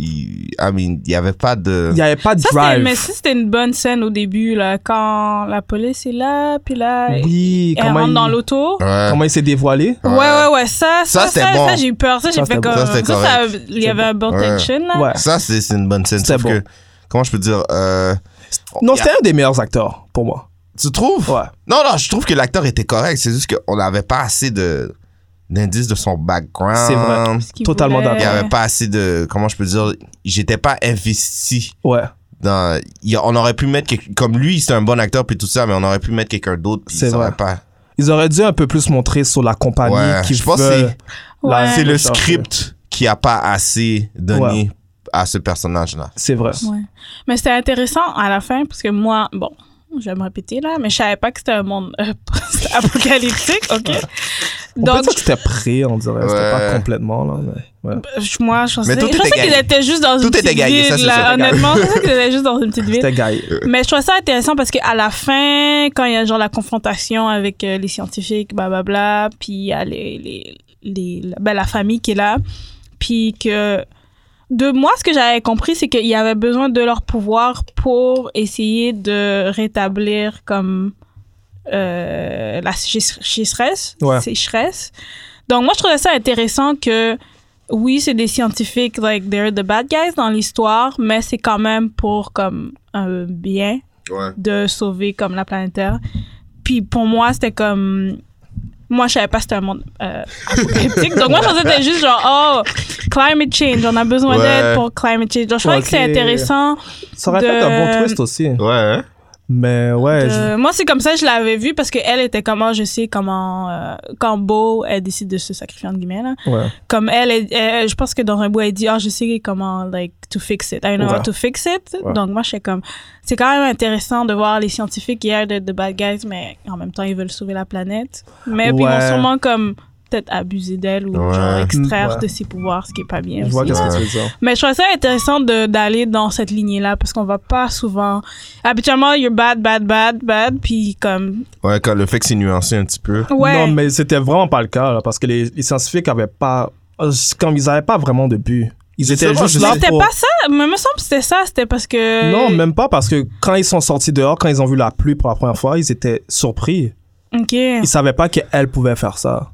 il I mean, il y avait pas de.
Il n'y avait pas de
Ça, c'était-
drive.
mais si c'était une bonne scène au début, là, quand la police est là, puis là,
oui,
elle
comment
rentre
il,
dans l'auto.
Ouais.
comment il s'est dévoilé.
Ouais, ouais, ouais, ça, ça,
Ça,
ça,
c'était
ça,
bon.
j'ai eu peur. Ça, j'ai
Ça,
fait
c'était
comme.
bon.
Ça,
Ça, c'était
ça,
correct.
il y avait un bon
Ouais.
tension, là.
Ouais.
Ça, c'est c'est une bonne scène.
C'était
Sauf
bon.
que, comment je peux dire euh,
Non,
il y a-
c'était un des meilleurs acteurs pour moi.
Tu trouves
Ouais.
Non, non, je trouve que l'acteur était correct. C'est juste qu'on n'avait pas assez de d'indices de son background.
C'est vrai.
Ce qu'il
Totalement
voulait.
d'accord.
Il n'y
Ouais.
avait pas assez de. Comment je peux dire J'étais pas investi
Ouais.
dans. il y a- on aurait pu mettre. quelque- Comme lui, c'était un bon acteur, puis tout ça, mais on aurait pu mettre quelqu'un d'autre. puis
C'est
ça
vrai.
aurait Pas...
Ils auraient dû un peu plus montrer sur la compagnie
Ouais,
qui
je pense que
veulent-
Ouais.
la-
C'est le
ça,
script qui a pas assez donné à ce personnage-là.
C'est vrai.
Ouais. Mais c'était intéressant à la fin, parce que moi, bon, je vais me répéter là, mais je savais pas que c'était un monde euh, apocalyptique, OK?
On peut
Donc,
dire que c'était prêt, on dirait. C'était
Ouais.
pas complètement, là. Mais, ouais.
je- moi, je pensais,
Mais tout
je pensais
était
qu'ils
gagné.
étaient juste dans une
Tout était
petite
gagné, ça,
ville,
c'est
là.
sûr, c'était gagné.
Honnêtement, je pensais qu'ils étaient juste dans une petite ville.
C'était gaillé.
Mais je trouve ça intéressant parce qu'à la fin, quand il y a genre la confrontation avec euh, les scientifiques, blablabla, puis il y a les, les, les- la- ben, la famille qui est là, puis que de moi, ce que j'avais compris, c'est qu'il y avait besoin de leur pouvoir pour essayer de rétablir comme euh, la sécheresse.
Ouais.
sécheresse. Donc moi, je trouvais ça intéressant que oui, c'est des scientifiques, like, they're the bad guys dans l'histoire, mais c'est quand même pour, comme, un bien
Ouais.
de sauver, comme, la planète Terre. Puis pour moi, c'était comme... Moi, je savais pas c'était un monde euh, apocalyptique. Donc moi, je pensais que c'était juste genre, oh, climate change, on a besoin
Ouais.
d'aide pour climate change. Donc je trouvais que c'est
Ok.
intéressant.
Ça aurait
de-
fait un bon twist aussi.
Ouais, hein?
Mais ouais,
de-
je-
Euh, Moi, c'est comme ça, je l'avais vu parce qu'elle était comment, je sais comment, euh, quand Beau, elle décide de se sacrifier, entre guillemets, là.
ouais.
Comme elle, elle- elle- je pense que dans un bout, elle dit, ah, je sais comment, like, to fix it. I know
Ouais.
how to fix it.
Ouais.
Donc, moi, je suis comme, c'est quand même intéressant de voir les scientifiques hier de The Bad Guys, mais en même temps, ils veulent sauver la planète. Mais puis, ils
Ouais.
vont sûrement, comme, peut-être abuser d'elle ou
Ouais.
genre, extraire
Ouais.
de ses pouvoirs, ce qui est pas bien.
je vois
aussi.
qu'est-ce que tu veux dire.
Mais je trouve ça intéressant de- d'aller dans cette lignée-là parce qu'on va pas souvent. Habituellement, you're bad, bad, bad, bad, puis comme.
Ouais, quand le fait que c'est nuancé un petit peu.
Ouais.
Non, mais c'était vraiment pas le cas, là, parce que les, les scientifiques avaient pas. euh, Comme ils avaient pas vraiment de but. Ils étaient
Justement,
juste
je
Mais
là
c'était
pour.
pas ça, mais me semble que c'était ça, c'était parce que.
Non, même pas, parce que quand ils sont sortis dehors, quand ils ont vu la pluie pour la première fois, ils étaient surpris.
Ok.
Ils savaient pas qu'elle pouvait faire ça.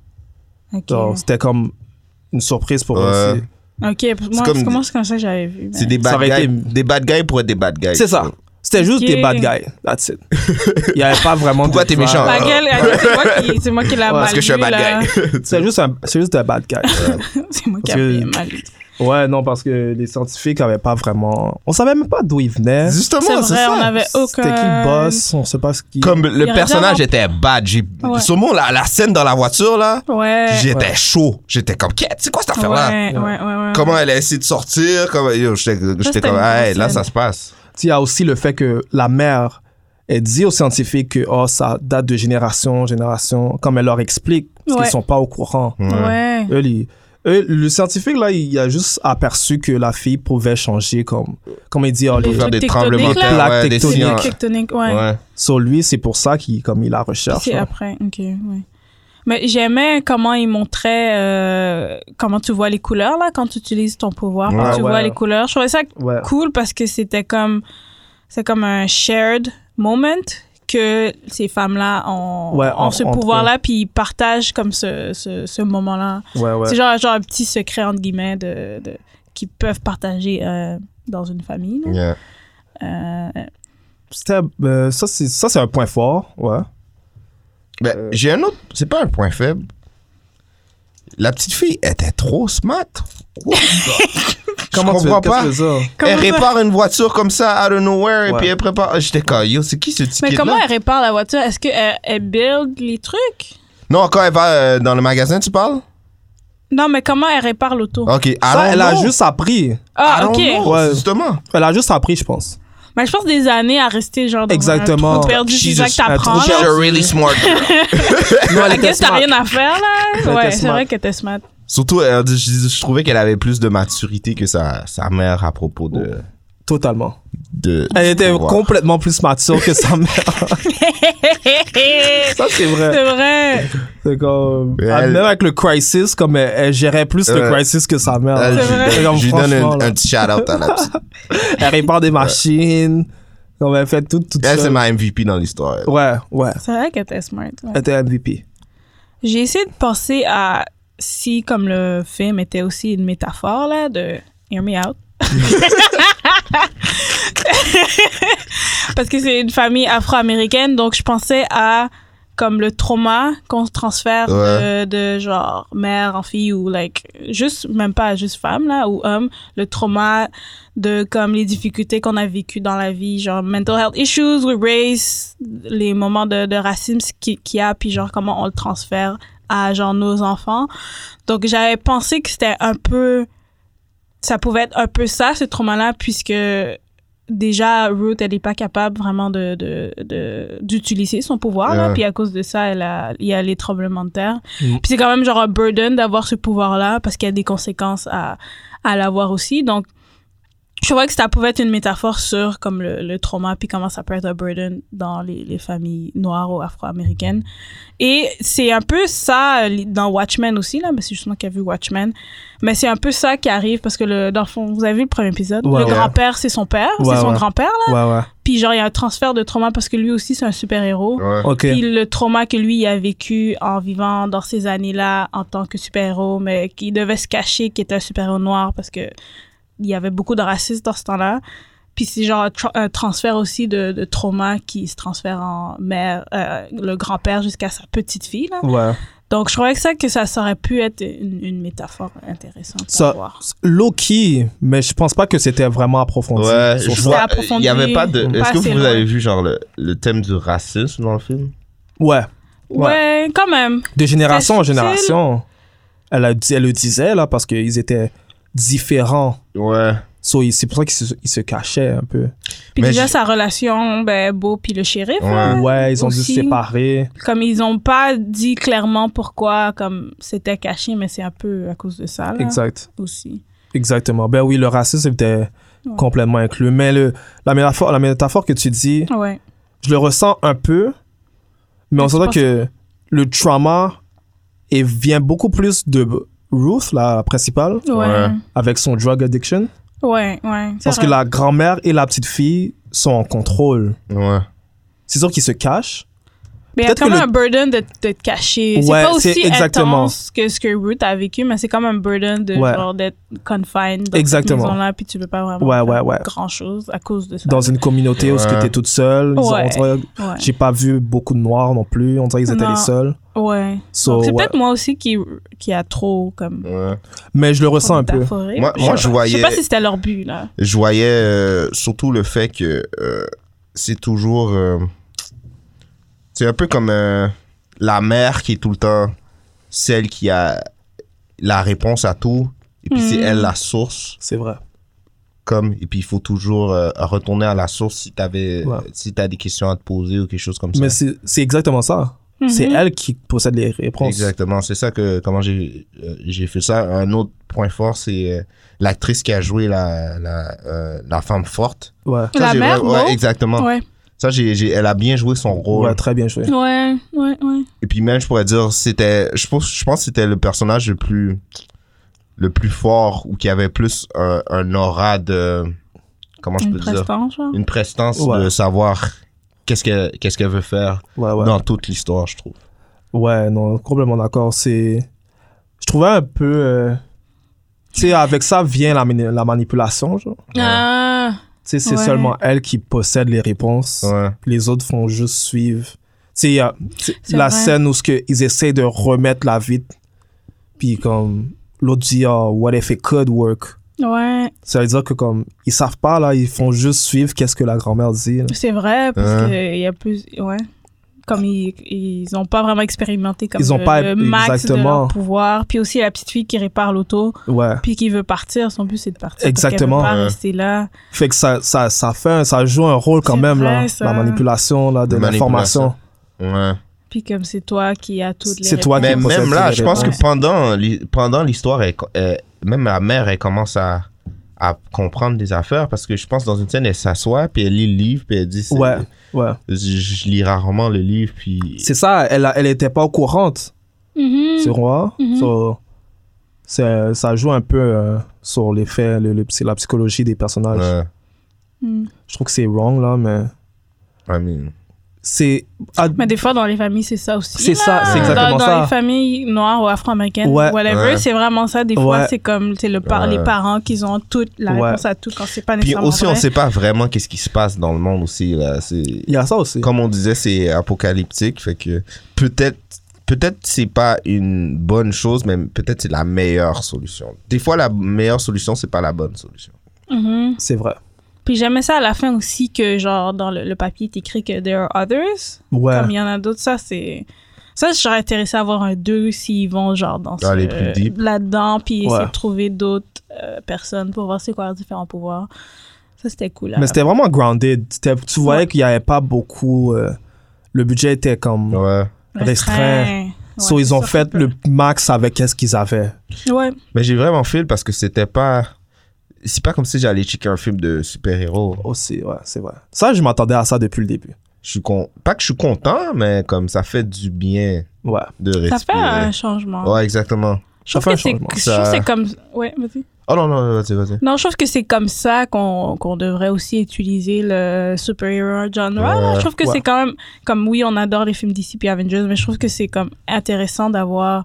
Ah. Ok.
Donc, c'était comme une surprise pour
Ouais.
eux aussi.
Ok, pour moi,
comme-
c'est comment c'est comme ça que j'avais vu. ben. mais-
C'est des
Ça
bad
aurait
guys.
été-
Des bad guys pour être des bad guys.
C'est ça. C'était juste
Ok.
des bad guys. That's it. Il y avait pas vraiment
Pourquoi
de
t'es
plan.
méchant? hein?
Bah, quel- attends, c'est moi qui, c'est moi qui l'a
Ouais,
mal
Ah. Parce que je suis un
lu,
bad
là.
guy.
C'est juste, un- c'est juste des bad guys.
c'est moi qui
Parce que-
l'ai mal lu.
Ouais, non, parce que les scientifiques avaient pas vraiment. On savait même pas d'où ils venaient.
Justement,
C'est vrai,
ça.
on avait aucun.
Ah, C'était qui le boss On sait pas ce qui.
Comme le
aurait
personnage
dû
était bad. J'ai...
Ouais.
Sûrement, la, la scène dans la voiture, là,
Ouais.
j'étais chaud. J'étais comme, Qu'est- c'est quoi cette
Ouais,
affaire-là?
ouais, ouais, ouais.
Comment elle a essayé de sortir? Comment... Yo, j'étais, j'étais
c'était
comme,
une
hey,
grosse
là,
scène.
ça se passe.
Il y a aussi le fait que la mère elle dit aux scientifiques que oh, ça date de génération en génération, comme elle leur explique, parce
Ouais.
qu'ils sont pas au courant.
Ouais.
Eux, les- eux, le scientifique, là, il a juste aperçu que la fille pouvait changer, comme, comme il dit, oh,
Les
les-
Pour faire des
trucs
tremblements de
tectoniques,
terre,
là.
ouais, des
Plaques
C'est
tectoniques.
signes.
des tectoniques, ouais.
Ouais.
sur lui, c'est pour ça qu'il comme, il la recherche.
C'est
là.
après, ok, ouais. Mais j'aimais comment il montrait euh, comment tu vois les couleurs là quand tu utilises ton pouvoir, quand
Ouais,
tu
ouais.
vois les couleurs. Je trouvais ça
Ouais.
cool parce que c'était comme c'est comme un shared moment que ces femmes là ont,
Ouais,
ont ce
en- entre
pouvoir là puis ils partagent comme ce, ce, ce moment là.
Ouais, ouais.
C'est genre genre un petit secret entre guillemets de, de qu'ils peuvent partager euh, dans une famille. là.
Yeah.
Euh,
C'était, euh, ça, c'est, ça, c'est un point fort, ouais.
Ben, j'ai un autre. C'est pas un point faible. La petite fille était trop smart. What the-
Comment
je
tu
comprends
qu'est-ce
pas.
que c'est ça?
Comment
elle
ça?
répare une voiture comme ça out of nowhere et
Ouais.
puis elle prépare. Ah, J'étais comme yo, c'est qui ce ticket
mais
là
comment elle répare la voiture Est-ce que elle- elle build les trucs
Non, quand elle va euh, dans le magasin, tu parles
Non, mais comment elle répare l'auto?
Ok, I
Ça,
don't
elle a
know.
juste appris.
Ah,
Oh. Ah,
I don't
ok.
know,
Ouais.
Justement.
Elle a juste appris, je pense.
Mais je pense des années à rester genre dans
Exactement.
un trou perdu, c'est
Jesus,
ça que
un trou
t'apprends.
perdu.
là.
She's a really smart.
Non, elle
I guess t'as rien à faire,
Elle
là.
était
Ouais, c'est
smart.
vrai qu'elle était smart.
Surtout, elle- je, je trouvais qu'elle avait plus de maturité que sa, sa mère à propos de.
Totalement.
de
Elle était
du pouvoir.
complètement plus mature que sa mère.
c'est
ça, c'est vrai.
vrai.
C'est comme.
Mais elle-
Même avec le crisis, comme elle, elle gérait plus
Ouais.
le crisis que sa mère.
Elle,
C'est
je lui
vrai.
C'est
donne-
comme,
je lui donne
franchement,
un,
là,
un petit shout-out à la petite.
Elle répare des machines. Comme elle fait tout, tout
Elle, c'est
seule.
ma MVP dans l'histoire. elle.
Ouais, ouais.
C'est vrai qu'elle était smart. ouais.
Elle était MVP.
J'ai essayé de penser à si, comme le film était aussi une métaphore, là, de Hear Me Out. Parce que c'est une famille afro-américaine, donc je pensais à comme le trauma qu'on se transfère
Ouais.
de, de genre mère en fille ou like juste même pas juste femme là ou homme le trauma de comme les difficultés qu'on a vécues dans la vie genre mental health issues with race les moments de, de racisme qui- qu'il y a puis genre comment on le transfère à genre nos enfants donc j'avais pensé que c'était un peu ça pouvait être un peu ça ce trauma là puisque déjà Ruth elle n'est pas capable vraiment de de- de- d'utiliser son pouvoir là.
Ouais.
puis à cause de ça elle a il y a les tremblements de terre
Mm.
puis c'est quand même genre un burden d'avoir ce pouvoir là parce qu'il y a des conséquences à à l'avoir aussi donc je trouvais que ça pouvait être une métaphore sur comme le, le trauma puis comment ça peut être un burden dans les, les familles noires ou afro-américaines. Et c'est un peu ça euh, dans Watchmen aussi là, mais c'est justement qui a vu Watchmen. Mais c'est un peu ça qui arrive parce que le dans le fond, vous avez vu le premier épisode,
Ouais,
le
ouais.
grand-père c'est son père,
Ouais,
c'est son
ouais.
grand-père là.
Ouais, ouais.
Puis genre il y a un transfert de trauma parce que lui aussi c'est un super-héros.
Ouais.
Ok.
Puis le trauma que lui a vécu en vivant dans ces années-là en tant que super-héros, mais qui devait se cacher qu'il était un super-héros noir parce que il y avait beaucoup de racisme dans ce temps-là. Puis c'est genre un, tra- un transfert aussi de, de trauma qui se transfère en mère, euh, le grand-père jusqu'à sa petite fille. là.
Ouais.
Donc je trouvais que ça, que ça ça aurait pu être une, une métaphore intéressante à
Ça,
voir.
low-key, mais je pense pas que c'était vraiment approfondi.
Ouais,
sur
je
ça.
vois-
vois. Il
approfondi,
n'y avait pas de.
pas
Est-ce que
assez
vous
loin.
avez vu, genre, le, le thème du racisme dans le film
Ouais.
Ouais. quand même.
De génération en
C'était subtil.
génération, elle, a, dit- elle le disait, là, parce qu'ils étaient différents.
Ouais.
So, il- c'est pour ça qu'ils se, ils se cachaient un peu.
Puis
Mais
déjà
je-
sa relation, ben, Beau puis le shérif.
Ouais.
là,
Ouais, ils ont dû se
aussi.
séparer.
comme ils ont pas dit clairement pourquoi comme c'était caché mais c'est un peu à cause de ça là,
Exact.
aussi
Exactement. Ben oui, le racisme était
Ouais.
complètement inclus. Mais le, la, métaphore, la métaphore que tu dis,
ouais
je le ressens un peu, mais on
Qu'est-ce
s'entend
qui
que le trauma et vient beaucoup plus de Ruth, la principale,
ouais ouais
Ouais.
avec son drug addiction.
ouais, ouais c'est
Parce que
vrai.
la grand-mère et la petite-fille sont en contrôle.
Ouais.
C'est sûr qu'ils se cachent.
mais il y a
peut-être
quand
que
même
le-
un burden de, de te cacher
Ouais,
c'est pas
c'est
aussi
exactement.
intense que ce que Ruth a vécu mais c'est comme un burden de
Ouais.
genre d'être confined dans
Exactement.
cette maison là puis tu peux pas vraiment
Ouais, ouais,
faire
ouais.
grand chose à cause de ça
Dans une communauté où
Ouais.
tu es toute seule. Ils ont-
Ouais.
on dirait-
ouais,
J'ai pas vu beaucoup de noirs non plus. On dirait qu'ils étaient
Non.
les seuls.
ouais.
So,
Donc, c'est
ouais.
peut-être moi aussi qui qui a trop comme
Ouais.
Mais je le ressens un peu.
métaphoré.
Moi- moi, je
sais pas.
voyais-
je sais pas si c'était leur but là
Je voyais euh, surtout le fait que euh, c'est toujours. euh, c'est un peu comme euh, la mère qui est tout le temps celle qui a la réponse à tout. Et puis c'est
Mhm.
Mm.
elle la source.
C'est vrai.
Comme, et puis il faut toujours euh, retourner à la source si t'avais
Ouais.
si t'as des questions à te poser ou quelque chose comme ça.
Mais c'est c'est exactement ça. C'est
Mhm.
elle qui possède les réponses.
Exactement, c'est ça que comment j'ai euh, j'ai fait ça. Un autre point fort, c'est euh, l'actrice qui a joué la la, euh, la femme forte.
Ouais.
Ça,
La
j'ai
mère,
vra- ouais,
Maud?
exactement.
ouais
Ça, j'ai, j'ai- elle a bien joué son rôle.
Ouais, très bien joué.
ouais ouais ouais
Et puis même, je pourrais dire, c'était, je pense, je pense que c'était le personnage le plus le plus fort ou qui avait plus un, un aura de comment je
une
peux dire
prestance genre.
une prestance
Ouais.
de savoir qu'est-ce que qu'est-ce qu'elle veut faire
Ouais, ouais.
dans toute l'histoire, je trouve.
Ouais, non, complètement d'accord. C'est. Je trouvais un peu. euh, Tu sais, avec ça vient la, mani- la manipulation, genre. Tu
Ah,
sais, c'est
Ouais.
seulement elle qui possède les réponses.
Ouais.
Les autres font juste suivre. Tu sais, il y a tu-
C'est
la
vrai.
scène où ce que ils essaient de remettre la vie. Puis comme l'autre dit, Ah, what if it could work?
ouais,
Ça veut dire que comme ils savent pas, là, ils font juste suivre qu'est-ce que la grand-mère dit. là.
c'est vrai, parce
Hein.
qu'il y a plus. Ouais. Comme ils, ils ont pas vraiment expérimenté comme
Ils ont
le,
pas-
le max de
exactement.
leur pouvoir. Puis aussi la petite fille qui répare l'auto,
Ouais.
puis qui veut partir. Son but, c'est de partir.
Exactement.
Parce qu'elle veut
Ouais.
pas rester là.
Fait que ça, ça, ça fait, un- ça joue un rôle quand
C'est
même,
vrai,
là.
ça.
La manipulation, là, de
La manipulation.
l'information.
Ouais.
Puis comme c'est toi qui as toutes les.
C'est toi
réponses.
Mais
qui possède
même là,
toutes les
je pense que
réponses.
pendant, l'hi- pendant l'histoire, elle co- elle- même la mère, elle commence à, à comprendre des affaires parce que je pense dans une scène, elle s'assoit, puis elle lit le livre, puis elle dit c'est-
Ouais, ouais.
je, je lis rarement le livre, puis.
C'est ça, elle, a- elle était pas au courante,
Mhm.
c'est roi.
Mhm.
So, c'est- ça joue un peu euh, sur les faits, le, le- c'est la psychologie des personnages.
Ouais.
Mhm.
Je trouve que c'est wrong, là, mais
I mean,
c'est. ah,
Mais des fois, dans les familles, c'est ça aussi.
C'est
là.
ça, c'est
Dans-
exactement
dans,
ça.
les familles noires ou afro-américaines,
Ouais.
whatever,
Ouais.
c'est vraiment ça. Des fois,
Ouais.
c'est comme c'est le par
Ouais.
les parents qui ont toute la
Ouais.
réponse à tout quand c'est pas
Puis
nécessairement.
aussi, on
vrai.
sait pas vraiment qu'est-ce qui se passe dans le monde aussi. Là. C'est-
Il y a ça aussi.
Comme on disait, c'est apocalyptique, fait que peut-être. Peut-être c'est pas une bonne chose, mais peut-être c'est la meilleure solution. Des fois, la meilleure solution, c'est pas la bonne solution.
Mhm.
C'est vrai.
Puis j'aimais ça à la fin aussi que, genre, dans le, le papier, est écrit que there are others.
Ouais.
Comme il y en a d'autres, ça, c'est. Ça, je serais intéressé à voir un 2 s'ils vont, genre, dans
Dans les plus deep.
là-dedans, puis
Ouais.
essayer de trouver d'autres euh, personnes pour voir c'est quoi leurs différents pouvoirs. Ça, c'était cool. à
Mais
la
c'était vraiment grounded. C'était- Tu voyais
Ouais.
qu'il n'y avait pas beaucoup. euh, le budget était comme.
Ouais.
fin.
restreint.
Ouais,
so, ils
c'est
ont
ça,
fait
c'est
le max avec quest ce qu'ils avaient.
peu. Ouais.
Mais j'ai vraiment fil parce que c'était pas. C'est pas comme si j'allais checker un film de super-héros.
Aussi, ouais, c'est vrai. Ça, je m'attendais à ça depuis le début.
Je suis con... Pas que je suis content, mais comme ça fait du bien
Ouais.
de
Ça
respirer.
fait un changement.
Ouais, exactement.
Je trouve
Ça
que
fait
c'est
un
je trouve que
Ça-
c'est comme... Ouais, vas-y.
Oh non, non, vas-y, vas-y.
Non, je trouve que c'est comme ça qu'on qu'on devrait aussi utiliser le superhero genre. là. Je trouve que
Ouais.
c'est quand même... Comme oui, on adore les films DC et Avengers, mais je trouve que c'est comme intéressant d'avoir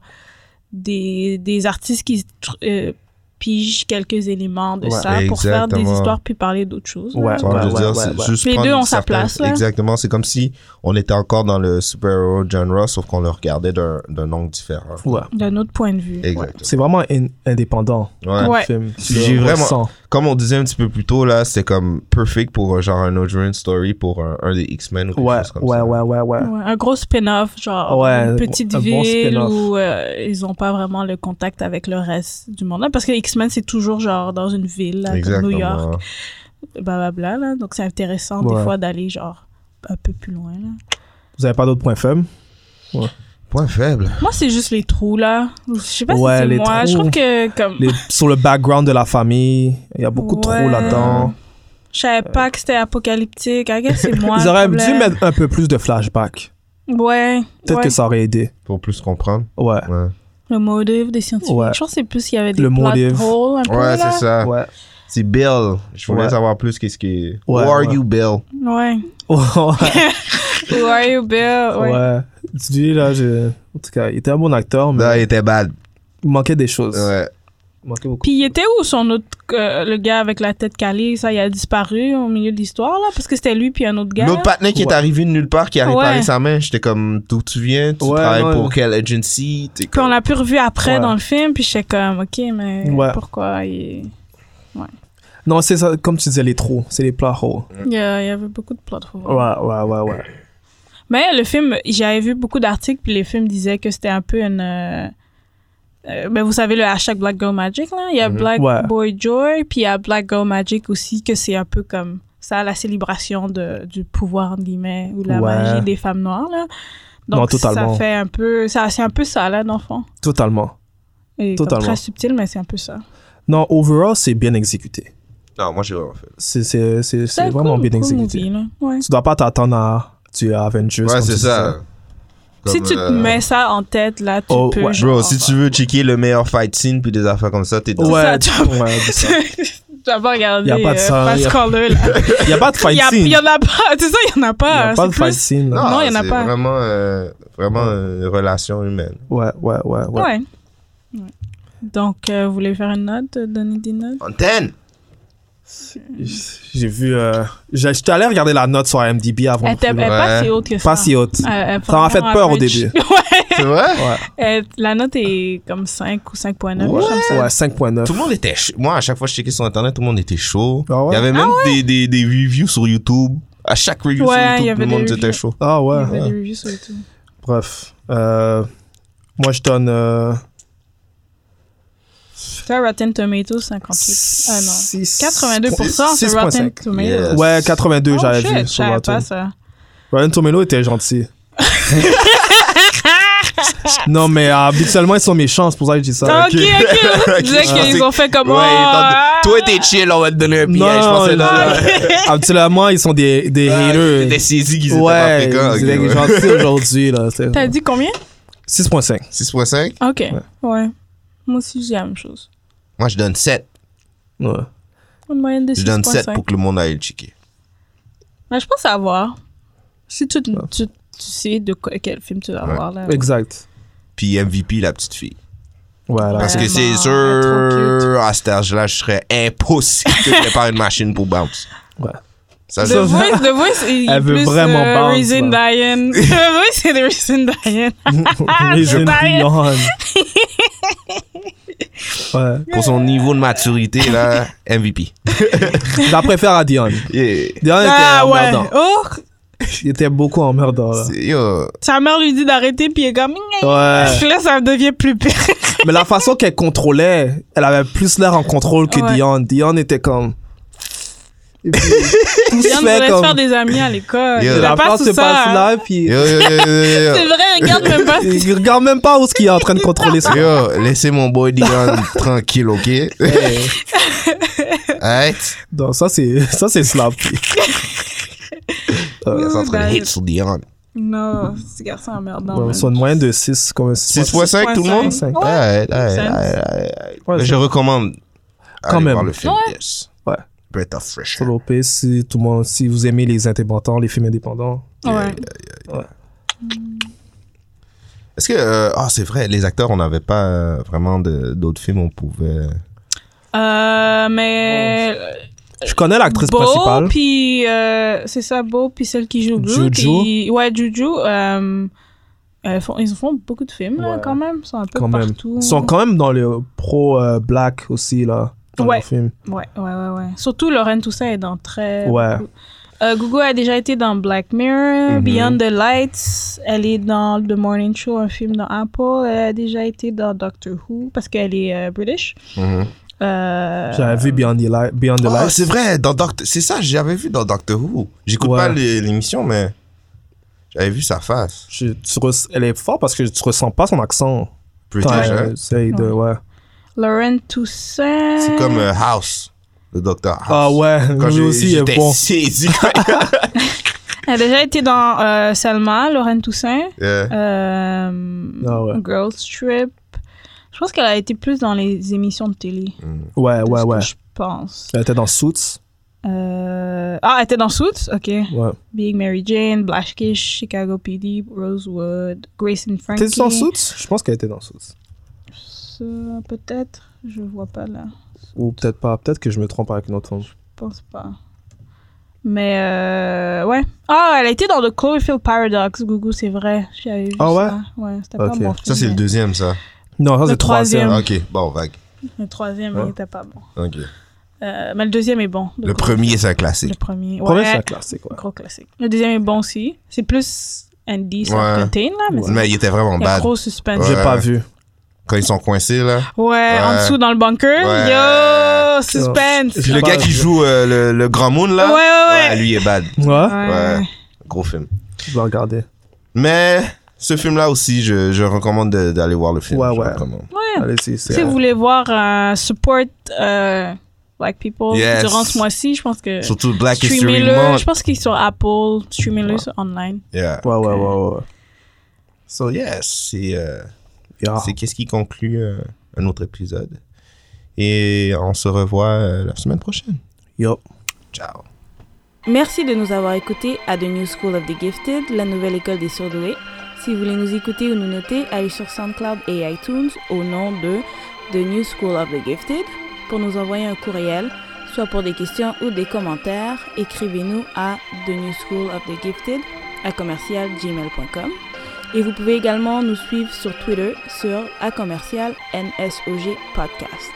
des, des artistes qui euh, pigent quelques éléments de
Ouais.
ça pour faire des
Exactement.
histoires puis parler d'autres choses. là.
Ouais.
Tu vois, je veux dire, c'est
ouais.
juste
Les
prendre
deux ont
une
sa
certaine-
place, là.
Exactement. C'est comme si on était encore dans le super-héros genre, sauf qu'on le regardait d'un d'un angle différent.
Ouais.
D'un autre point de vue.
Exactement.
C'est vraiment in- indépendant.
Ouais.
Ouais.
le film. Tu
J'ai
le
vraiment-
ressens.
Comme on disait un petit peu plus tôt, là, c'était comme perfect pour euh, genre un origin story pour un, un des X-Men ou quelque
Ouais,
chose comme
ouais,
ça.
ouais, ouais, ouais.
Ouais, un gros spin-off, genre
Ouais,
une petite
un bon
ville
spin-off.
où euh, ils n'ont pas vraiment le contact avec le reste du monde. Là, parce que X-Men, c'est toujours genre dans une ville, là, comme
Exactement.
New York, blablabla. Là. Donc, c'est intéressant
Ouais.
des fois d'aller genre un peu plus loin. Là.
Vous avez pas d'autres points faibles
Point faible.
Moi, c'est juste les trous, là. Je sais pas
Ouais,
si
les
c'est moi. Je
trous.
trouve que comme...
Les- Sur le background de la famille, il y a beaucoup de
Ouais.
trous là-dedans.
Je savais pas que c'était apocalyptique. I guess c'est moi
Ils
le
auraient dû
problème.
mettre un peu plus de flashback.
Ouais,
Peut-être
ouais.
que ça aurait aidé.
Pour plus comprendre.
Ouais.
Ouais,
Le motif des scientifiques.
Ouais.
Je pense que c'est plus qu'il y avait des
Le
plot
motif.
holes un peu,
ouais
là.
c'est ça.
Ouais.
C'est Bill. Je voulais
Ouais.
savoir plus qu'est-ce qui. Who
Ouais,
are
ouais.
you, Bill?
Ouais.
ouais.
Who are you, Bill? Ouais.
ouais. Tu dis, là, je... en tout cas, il était un bon acteur, mais
Là, il était bad.
il manquait des choses.
Bah, Ouais.
Il manquait beaucoup.
Puis il était où son autre euh, le gars avec la tête calée ça il a disparu au milieu de l'histoire là parce que c'était lui puis un autre gars.
L'autre partenaire qui est
Ouais.
arrivé de nulle part, qui a réparé
Ouais.
sa main, j'étais comme, d'où tu viens? Tu
Ouais,
travailles
ouais.
pour quelle agency? T'es
puis on l'a plus revu après
Ouais.
dans le film puis j'étais comme ok mais
Ouais.
pourquoi il...
Non, c'est ça, comme tu disais, les trous. C'est les plats holes.
il y a- il y avait beaucoup de plot holes.
Ouais, ouais, ouais, ouais.
Mais le film j'avais vu beaucoup d'articles puis les films disaient que c'était un peu une euh, euh, ben vous savez le hashtag Black Girl Magic là il
Mhm.
y a Black
Ouais.
Boy Joy puis il y a Black Girl Magic aussi que c'est un peu comme ça la célébration de, du pouvoir entre guillemets ou la
Ouais.
magie des femmes noires là.
Non,
Donc
totalement.
ça fait un peu ça c'est un peu ça là dans le fond.
Totalement.
Et comme
Totalement.
très subtil mais c'est un peu ça.
Non, overall, c'est bien exécuté.
Non, moi, j'ai vraiment fait.
C'est- C'est c'est- c'est
un
vraiment
cool-
bien
cool
exécuté.
movie, là. Ouais.
Tu dois pas t'attendre à tu es Avengers.
Ouais,
comme
c'est
tu
ça.
si
Comme,
tu te
euh,
mets ça en tête là tu
Oh,
peux
ouais.
genre-
Bro, si tu veux checker le meilleur fight scene puis des affaires comme ça, t'es
disais.
dans.
Ouais,
ça, tu vois.
ouais, dis ça.
tu vas pas regarder
Y a pas de
euh,
ça,
Fast
y a-
Caller, là.
Il y a pas de
Il
fight
y a-
scene.
il y en a pas. C'est ça, il y en a
Il y
pas.
a pas
c'est
de fight
plus-
scene. là.
Non, il y en a
c'est
pas.
Vraiment, euh, vraiment une relation humaine.
Ouais, ouais, ouais, ouais.
Ouais. Ouais. Donc, euh, vous voulez faire une note, euh, donner des notes?
Antenne!
J'ai vu. Euh, j'ai- J'étais allé regarder la note sur IMDb avant.
Elle
le
était elle
film.
est pas
Ouais.
si haute que ça.
Pas si haute.
Euh, elle est
Ça m'a fait
vraiment
peur au
average.
début.
ouais.
C'est vrai?
Ouais,
Euh, la note est comme 5 ou 5.9.
Ouais.
comme ça.
ouais 5.9.
Tout le monde était chaud. Moi, à chaque fois que je checkais sur Internet, tout le monde était chaud.
Ah ouais?
Il y avait même des, des, des reviews sur YouTube. À chaque review
Ouais, il
sur
y
YouTube,
avait
tout le
des
monde
reviews.
était chaud.
Ah ouais.
Il y
ouais.
avait des reviews sur YouTube.
Bref. Euh, moi, je donne. Euh,
Toi, Rotten Tomatoes, 58. Ah non. 82%
c'est
c'est Rotten Tomatoes.
Yeah.
Ouais, 82,
Oh
j'avais
shit,
vu
je
sur
savais pas
Rotten.
ça.
Rotten Tomatoes était gentil. non, mais euh, habituellement, ils sont méchants, c'est pour ça que je dis ça.
Ok, ok.
Ok,
Tu disais
je pensais-
qu'ils ont fait comme...
Ouais,
ah,
attends, toi t'es chill, on va te donner un billet.
Non,
je pensais
non,
là.
Habituellement, ils sont des, des haters.
T'étais saisi qu'ils étaient
ouais,
pas fréquents.
ils étaient
ok, ouais.
gentils aujourd'hui. là. c'est-
T'as dit combien?
6.5.
6.5?
Ok, ouais. Moi aussi, j'ai la même chose.
Moi je donne 7.
Ouais.
Une moyenne de
Je donne 7 pour
6.5.
que le monde aille le checker.
Mais Ben, je pense avoir. Si tu, te- tu, tu sais de quoi- quel film tu vas
Ouais.
voir, là.
Exact.
Puis MVP, la petite fille.
Voilà.
Parce que c'est
Vraiment, trop
sûr, à cet âge-là, je serais impossible de préparer une machine pour bounce.
Ouais.
Ça,
The
je-
Voice, The Voice, il est
Elle veut
plus,
vraiment
euh,
bounce,
Raising
là.
Diane. The Voice, c'est de Raising Diane.
Raising
Ah, pareil.
Dion. ouais.
pour son niveau de maturité, là, MVP.
Je la préfère à Dion.
Yeah.
Dion
Ah
était
ouais.
emmerdant.
Oh,
Il était beaucoup emmerdant, là.
C'est- Yo,
sa mère lui dit d'arrêter, puis il est comme...
Ouais.
Là, ça devient plus pire.
Mais la façon qu'elle contrôlait, elle avait plus l'air en contrôle que
Ouais.
Dion. Dion était comme. Et puis, tout
Viens,
se
on devrait
fait
se
comme.
faire des amis à l'école.
Yo,
Ça
la
La
passe
France se
tout
passe
ça, hein.
là, puis.
Yo, yo, yo, yo, yo.
C'est vrai, regarde même pas.
Il regarde même pas où ce qu'il est en train de contrôler ça.
Yo, laissez mon boy Dion tranquille, ok? Alright?
Non, ça c'est ça c'est slap.
Oh,
Il est en train
bah,
de hit sur Dion.
Non, c'est garçon emmerdant.
Bon,
man.
son moyen de 6 comme 6
6.5, tout le monde?
6.5.
Ouais.
Alright, alright,
Makes sense.
alright, alright.
Ouais,
Je
ça-
recommande.
Quand
aller
même.
voir le film,
Ouais.
yes.
Ouais.
Breath of Fresh.
Sur l'OP, si tout le monde, si vous aimez les indépendants, les films indépendants.
Ouais.
Est-ce que. euh, Ah, c'est vrai, les acteurs, on n'avait pas euh, vraiment de- d'autres films, on pouvait.
Euh, mais
Je connais l'actrice
Beau,
principale.
puis euh, c'est ça, Beau, puis celle qui joue Blue.
Juju.
puis- ouais, Juju. euh, elles font, ils font beaucoup de films là,
Ouais.
quand même. Ils sont un peu
Quand même.
partout.
Ils sont quand même dans le pro euh, black aussi là. Dans
Ouais.
leur film.
Ouais, ouais, ouais, ouais. Surtout Lorraine Toussaint est dans très.
Ouais.
beaucoup. Euh, Gugu a déjà été dans Black Mirror,
Mhm.
Beyond the Lights. Elle est dans The Morning Show, un film dans Apple. Elle a déjà été dans Doctor Who parce qu'elle est euh, British.
Mhm.
Euh,
J'avais vu Beyond the Light. Beyond the
Ah,
Light.
c'est vrai, dans Doctor... c'est ça, j'avais vu dans Doctor Who. J'écoute
Ouais.
pas l'é- l'émission, mais j'avais vu sa face.
Je- tu res- elle est forte parce que tu ressens pas son accent.
British,
Quand
hein?
elle essaye de, ouais.
Lauren Toussaint.
C'est comme euh, House, le Docteur House.
Ah ouais,
Quand
lui
j'ai-
aussi il est
j'étais
bon.
saisi.
Elle a déjà été dans euh, Selma, Lauren Toussaint.
Euh,
Euh,
Ah ouais.
Girls Trip. Je pense qu'elle a été plus dans les émissions de télé.
Ouais,
de
ouais,
ce que
ouais.
Je pense.
Elle était dans Suits.
Euh, Ah, elle était dans Suits? Ok.
Ouais.
Being Mary Jane, Blashkish, Chicago PD, Rosewood, Grace and Frankie.
T'es dans Suits Je pense qu'elle était dans Suits.
Ça, Euh, Peut-être. Je vois pas là.
Ou peut-être pas. Peut-être que je me trompe avec une autre femme.
Je pense pas. Mais euh, ouais. Ah, elle a été dans The Cloverfield Paradox, Gougou, c'est vrai. J'avais vu
Ah ouais?
ça. Ouais, c'était pas
Ok.
bon.
Ça, c'est le deuxième, ça.
Non, ça
Le
c'est le troisième.
troisième.
Ah, ok, bon, vague.
Le troisième,
Ouais.
il était pas bon.
Ok.
Euh, mais le deuxième est bon. premier
Le premier, c'est un
Le
classique.
premier.
Le premier,
ouais.
c'est un classique, ouais.
Gros classique. Le deuxième est bon aussi. C'est plus Andy Serpentin, là, mais c'est-
Mais il était vraiment
il y a
bad.
gros suspense.
J'ai
Ouais.
pas vu.
Quand ils sont coincés, là.
Ouais, en dessous dans le bunker.
Ouais.
Yo, suspense.
Je
Le
sais
gars
pas,
qui
je-
joue euh, le, le Grand Moon, là.
Ouais, ouais, ouais.
lui est bad.
Ouais,
Ouais.
Gros film.
je vais regarder.
Mais ce film-là aussi, je, je recommande de- d'aller voir le film.
Ouais,
Je
ouais.
recommande.
Ouais.
Allez-y,
Si
c'est.
vous voulez voir euh, Support euh, Black People
Yes.
durant ce mois-ci, je pense que.
Surtout Black History
Streamez-le. Je
Month.
pense qu'il est sur Apple. Streamez-le sur online.
Yeah.
Ouais, ouais, ouais, ouais. ouais.
So, yes, c'est euh,
Yeah.
c'est qu'est-ce qui conclut euh, un autre épisode. Et on se revoit euh, la semaine prochaine.
Yup.
Ciao.
Merci de nous avoir écoutés à The New School of the Gifted, la nouvelle école des surdoués. Si vous voulez nous écouter ou nous noter, allez sur SoundCloud et iTunes au nom de The New School of the Gifted pour nous envoyer un courriel, soit pour des questions ou des commentaires. Écrivez-nous à The New School of the Gifted à commercialgmail.com. Et vous pouvez également nous suivre sur Twitter sur à commercial NSOG Podcast.